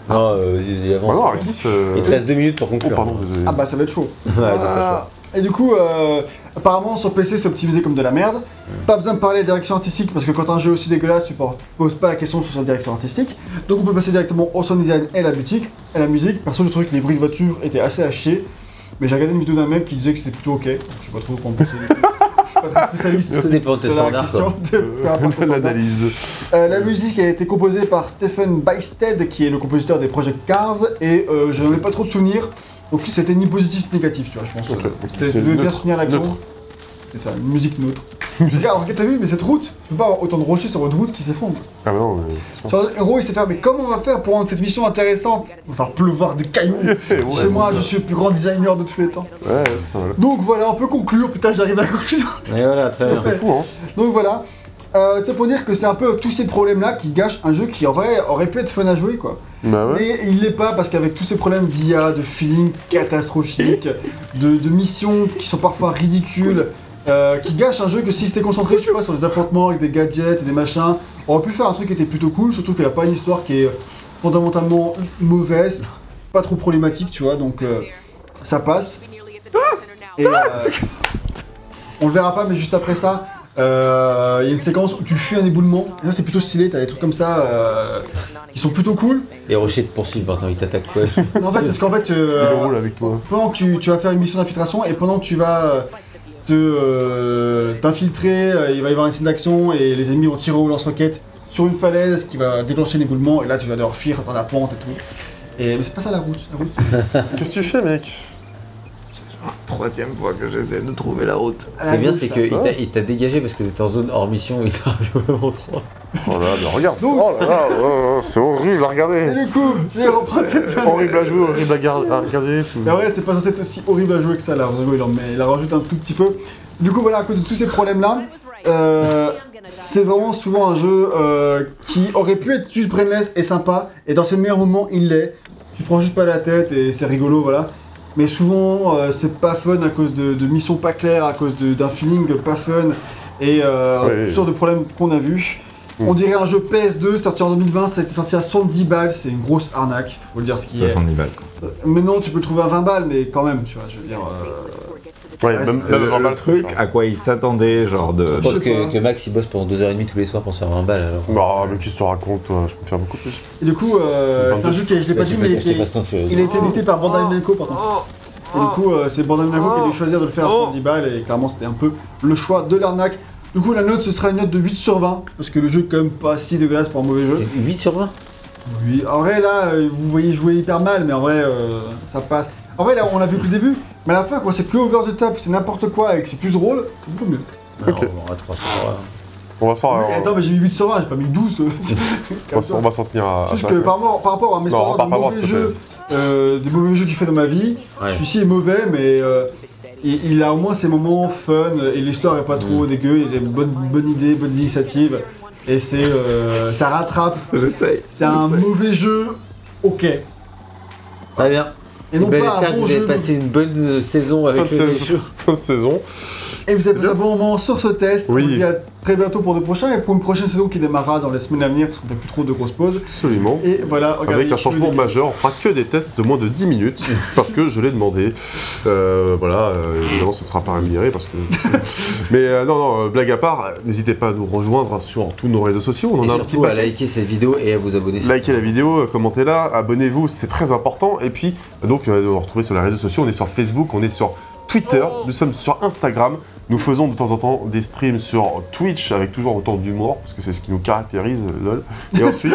Non, euh, vas-y, vas-y,
Ah. Bah non,
avance.
Arrakis. euh,
Il te reste deux minutes pour
Oh
conclure.
pardon, désolé.
Ah bah, ça va être chaud.
Ouais, donc,
Ah. Et du coup, euh, apparemment sur PC c'est optimisé comme de la merde. Pas besoin de parler de direction artistique parce que quand un jeu est aussi dégueulasse, tu por- poses pas la question sur sa direction artistique. Donc on peut passer directement au sound design et la boutique et la musique. Perso, je trouvais que les bruits de voiture étaient assez à chier. Mais j'ai regardé une vidéo d'un mec qui disait que c'était plutôt ok. Je sais pas trop quoi en penser. du tout. Je suis pas très spécialiste.
Tout dépend de tes
C'est la
standards,
question
Euh,
de- peu importe les standards.
L'analyse.
Euh, la musique a été composée par Stephen Bysted, qui est le compositeur des Project Cars, et euh, je n'en ai pas trop de souvenirs, donc c'était ni positif ni négatif, tu vois, je pense.
Ok,
Euh,
ok,
c'était-
c'est
je voulais bien
neutre,
soutenir l'action.
neutre.
C'est ça, une musique neutre. Regarde, regarde, ah, t'as vu, mais cette route, tu peux pas avoir autant de rochers sur votre route qui s'effondrent.
Ah bah non, mais c'est sûr.
Sur le héros, il s'est fait, ah, mais comment on va faire pour rendre cette mission intéressante On va faire pleuvoir des cailloux. Chez moi, je suis le plus grand designer de tous les temps.
Ouais, c'est pas mal.
Donc voilà, on peut conclure, putain, j'arrive à la conclusion.
Et voilà, très bien.
C'est fou, hein
Donc voilà. Euh, c'est pour dire que c'est un peu tous ces problèmes-là qui gâchent un jeu qui en vrai aurait pu être fun à jouer quoi.
Bah ouais.
Mais il l'est pas parce qu'avec tous ces problèmes d'IA, de feeling catastrophique, de, de missions qui sont parfois ridicules, euh, qui gâchent un jeu que si c'était concentré tu vois, sur des affrontements avec des gadgets et des machins, on aurait pu faire un truc qui était plutôt cool, surtout qu'il n'y a pas une histoire qui est fondamentalement mauvaise, pas trop problématique, tu vois, donc euh, ça passe. Ah Et,
Ah,
euh, on le verra pas, mais juste après ça, euh, il y a une séquence où tu fuis un éboulement. Et ça, c'est plutôt stylé, t'as des trucs comme ça euh, qui sont plutôt cool.
Et Rocher te poursuit maintenant, il t'attaque quoi
Non, en fait, c'est ce qu'en fait, euh,
Il roule avec toi.
pendant que tu, tu vas faire une mission d'infiltration et pendant que tu vas euh, te euh, t'infiltrer, euh, il va y avoir une scène d'action et les ennemis vont tirer au lance-roquette sur une falaise qui va déclencher l'éboulement et là tu vas devoir fuir dans la pente et tout. Et mais c'est pas ça la route. La route, c'est-
Qu'est-ce que tu fais, mec
troisième fois que j'essaie de trouver la route.
C'est bien, c'est qu'il t'a- il t'a dégagé parce que t'étais en zone hors mission, il t'a arrivé au moment 3.
Oh là là, mais regarde Oh là là, oh, oh, c'est horrible à regarder
Et du coup, je vais reprendre cette balle.
Horrible à jouer, horrible à, gar- à regarder, tout.
La Ah ouais, c'est pas censé être aussi horrible à jouer que ça là, vraiment, il en, met- il en rajoute un tout petit peu. Du coup, voilà, à cause de tous ces problèmes là, euh, c'est vraiment souvent un jeu euh, qui aurait pu être juste brainless et sympa, et dans ses meilleurs moments, il l'est. Tu prends juste pas la tête et c'est rigolo, voilà. Mais souvent, euh, c'est pas fun à cause de, de missions pas claires, à cause de- d'un feeling pas fun, et euh,
Ouais.
toutes sortes de problèmes qu'on a vus.
Mm.
On dirait un jeu PS2 sorti en 2020, ça a été sorti à 70 balles, c'est une grosse arnaque, faut le dire ce qui est.
70 balles. quoi.
Maintenant, tu peux le trouver à 20 balles, mais quand même, tu vois, je veux dire. euh,
Ouais, même, même
Le-
avant
le
mal
truc à quoi ils s'attendaient, genre de.
Je
Je pense
sais
que,
pas.
que Max il bosse pendant 2h30 tous les soirs pour se faire un bal alors.
Non, Bah, mais qu'est-ce que tu racontes, toi Je peux faire beaucoup plus.
Et du coup, euh,
22.
c'est un jeu qui, je
Bah,
l'ai pas dit, mais il, était- il a été édité par Bandai Namco par contre. Et du coup, euh, c'est Bandai Namco qui a dû choisir de le faire à 110 balles, et clairement, c'était un peu le choix de l'arnaque. Du coup, la note, ce sera une note de 8 sur 20, parce que le jeu est quand même pas si dégueulasse pour un mauvais jeu.
C'est 8 sur 20
Oui, en vrai, là, euh, vous voyez jouer hyper mal, mais en vrai, euh, ça passe. En vrai, là, on l'a vu depuis le début, mais à la fin, quand c'est que over the top, c'est n'importe quoi, et que c'est plus drôle, c'est beaucoup mieux.
Non,
Ok.
Ah, On aura 3 sur 20.
On va s'en,
Mais
on-
attends, mais j'ai mis 8 sur 20, j'ai pas mis 12. euh,
on va s'en- on va s'en tenir à.
Juste
à
que
ça.
par, rapport- par rapport à mes
Non,
souvenirs
repars
de
pas voir,
mauvais
s'il te
jeux, euh, des mauvais jeux qu'il fait dans ma vie,
Ouais.
celui-ci est mauvais, mais euh, il, il a au moins ses moments fun et l'histoire est pas
Mm.
trop dégueu, il a des bonnes, bonnes idées, bonnes initiatives, et c'est euh, ça rattrape.
J'essaye.
C'est un mauvais jeu, ok.
Très bien.
Et
Eh
non
ben,
pas
J'espère
un
que
bon
vous
jeu.
avez passé une bonne euh, saison
Fin de
avec le
saison- fin de saison.
Et vous avez passé un bon moment sur ce test.
Oui.
On se dit à très bientôt pour de prochains et pour une prochaine saison qui démarrera dans les semaines à venir parce qu'on fait plus trop de grosses pauses.
Absolument.
Et voilà, regardez.
Avec un changement bah,
le-
majeur, on fera que des tests de moins de 10 minutes, parce que je l'ai demandé. Euh, voilà, euh, évidemment, ce ne sera pas rémunéré, parce que... Mais euh, non, non, euh, blague à part, euh, n'hésitez pas à nous rejoindre sur tous nos réseaux sociaux, on en
Et
a un petit
surtout à
paquet.
liker cette vidéo et à vous abonner.
Likez la vidéo, euh, commentez-la, abonnez-vous, c'est très important. Et puis, euh, donc, euh, on retrouver sur les réseaux sociaux, on est sur Facebook, on est sur Twitter, nous sommes sur Instagram. Nous faisons de temps en temps des streams sur Twitch avec toujours autant d'humour, parce que c'est ce qui nous caractérise, euh, lol. Et ensuite,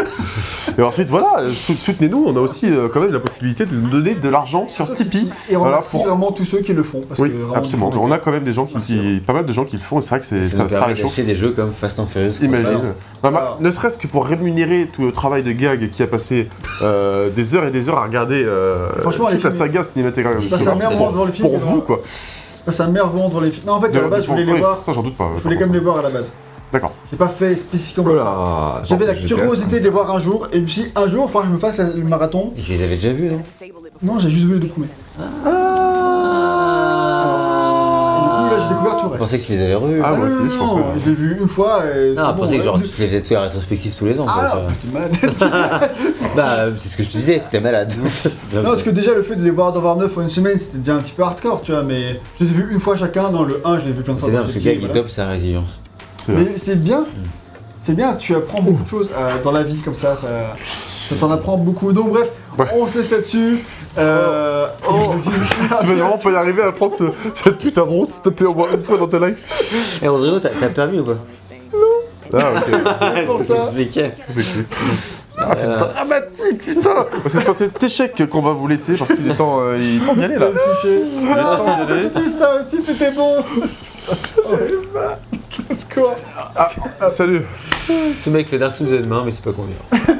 et ensuite voilà, euh, sou- soutenez-nous, on a aussi euh, quand même la possibilité de nous donner de l'argent sur Tipeee.
Et on
Voilà,
remercie
pour-
vraiment tous ceux qui le font. Parce
Oui,
que vraiment,
absolument.
ils font des-
On a quand même des gens qui, qui- pas mal de gens qui le font, et c'est vrai que c'est-
Ça
ça,
nous
ça
permet
réchauffe.
d'acheter des jeux comme Fast and Furious. quoi.
Imagine. Non, ma-
Ah.
ne serait-ce que pour rémunérer tout le travail de Gag qui a passé euh, des heures et des heures à regarder euh,
Franchement, les
toute la
films-
saga cinématographique.
Je passe un meilleur moment
pour,
devant le film.
pour vous, quoi.
C'est un meilleur moment devant les films. Non, en fait, à la base, je voulais les
oui,
voir.
Ça, j'en doute pas.
Je voulais quand même les voir à la base.
D'accord. Oh
J'ai pas fait spécifiquement
Oh
pour ça.
Voilà.
J'avais la
J'ai
curiosité
fait
de les voir un jour, et puis un jour, il faudra que je me fasse la- le marathon.
Et Je les avais déjà vus, non
Non, j'ai juste vu les deux premiers.
Ah.
Et du coup, là, j'ai découvert tout le
Je
reste.
pensais que tu les avais revus.
Ah,
non,
moi aussi,
non,
je
non,
pensais.
Je l'ai vu une fois et.
non,
c'est
je
bon,
pensais Ah, que
ouais.
genre, tu te les faisais tous les rétrospectives tous les ans. quoi,
Ah,
tu vois.
putain, malade.
Bah, c'est ce que je te disais, t'es malade.
Non, parce que déjà, le fait de les voir d'en voir 9 en une semaine, c'était déjà un petit peu hardcore, tu vois, mais je les ai vus une fois chacun. Dans le 1, je l'ai vu plein de fois.
C'est bien
quand
parce que
j'étais
Gag
petit,
il
voilà.
dope sa résilience.
C'est euh, vrai.
Mais c'est bien,
Mm.
c'est bien, tu apprends beaucoup de choses euh, dans la vie comme ça, ça, ça t'en apprend beaucoup. Donc bref,
Ouais.
on se laisse là-dessus. Euh,
Oh.
et je vous dis-
Tu vas vraiment pas y arriver à prendre ce- cette putain de route, s'il te plaît, au moins une fois dans ta life.
Eh Rodrigo, t'as t'as permis ou pas
Ah, ok.
pour ça.
C'est cool. Ah, c'est
Euh,
dramatique, putain! C'est sur cet échec qu'on va vous laisser parce qu'il est temps, euh, il est temps d'y aller là! Il est temps d'y aller!
Tu dis ça aussi, c'était bon. J'avais pas. Au secours.
Ah, salut!
Ce mec fait Dark Souls demain, mais c'est pas convient.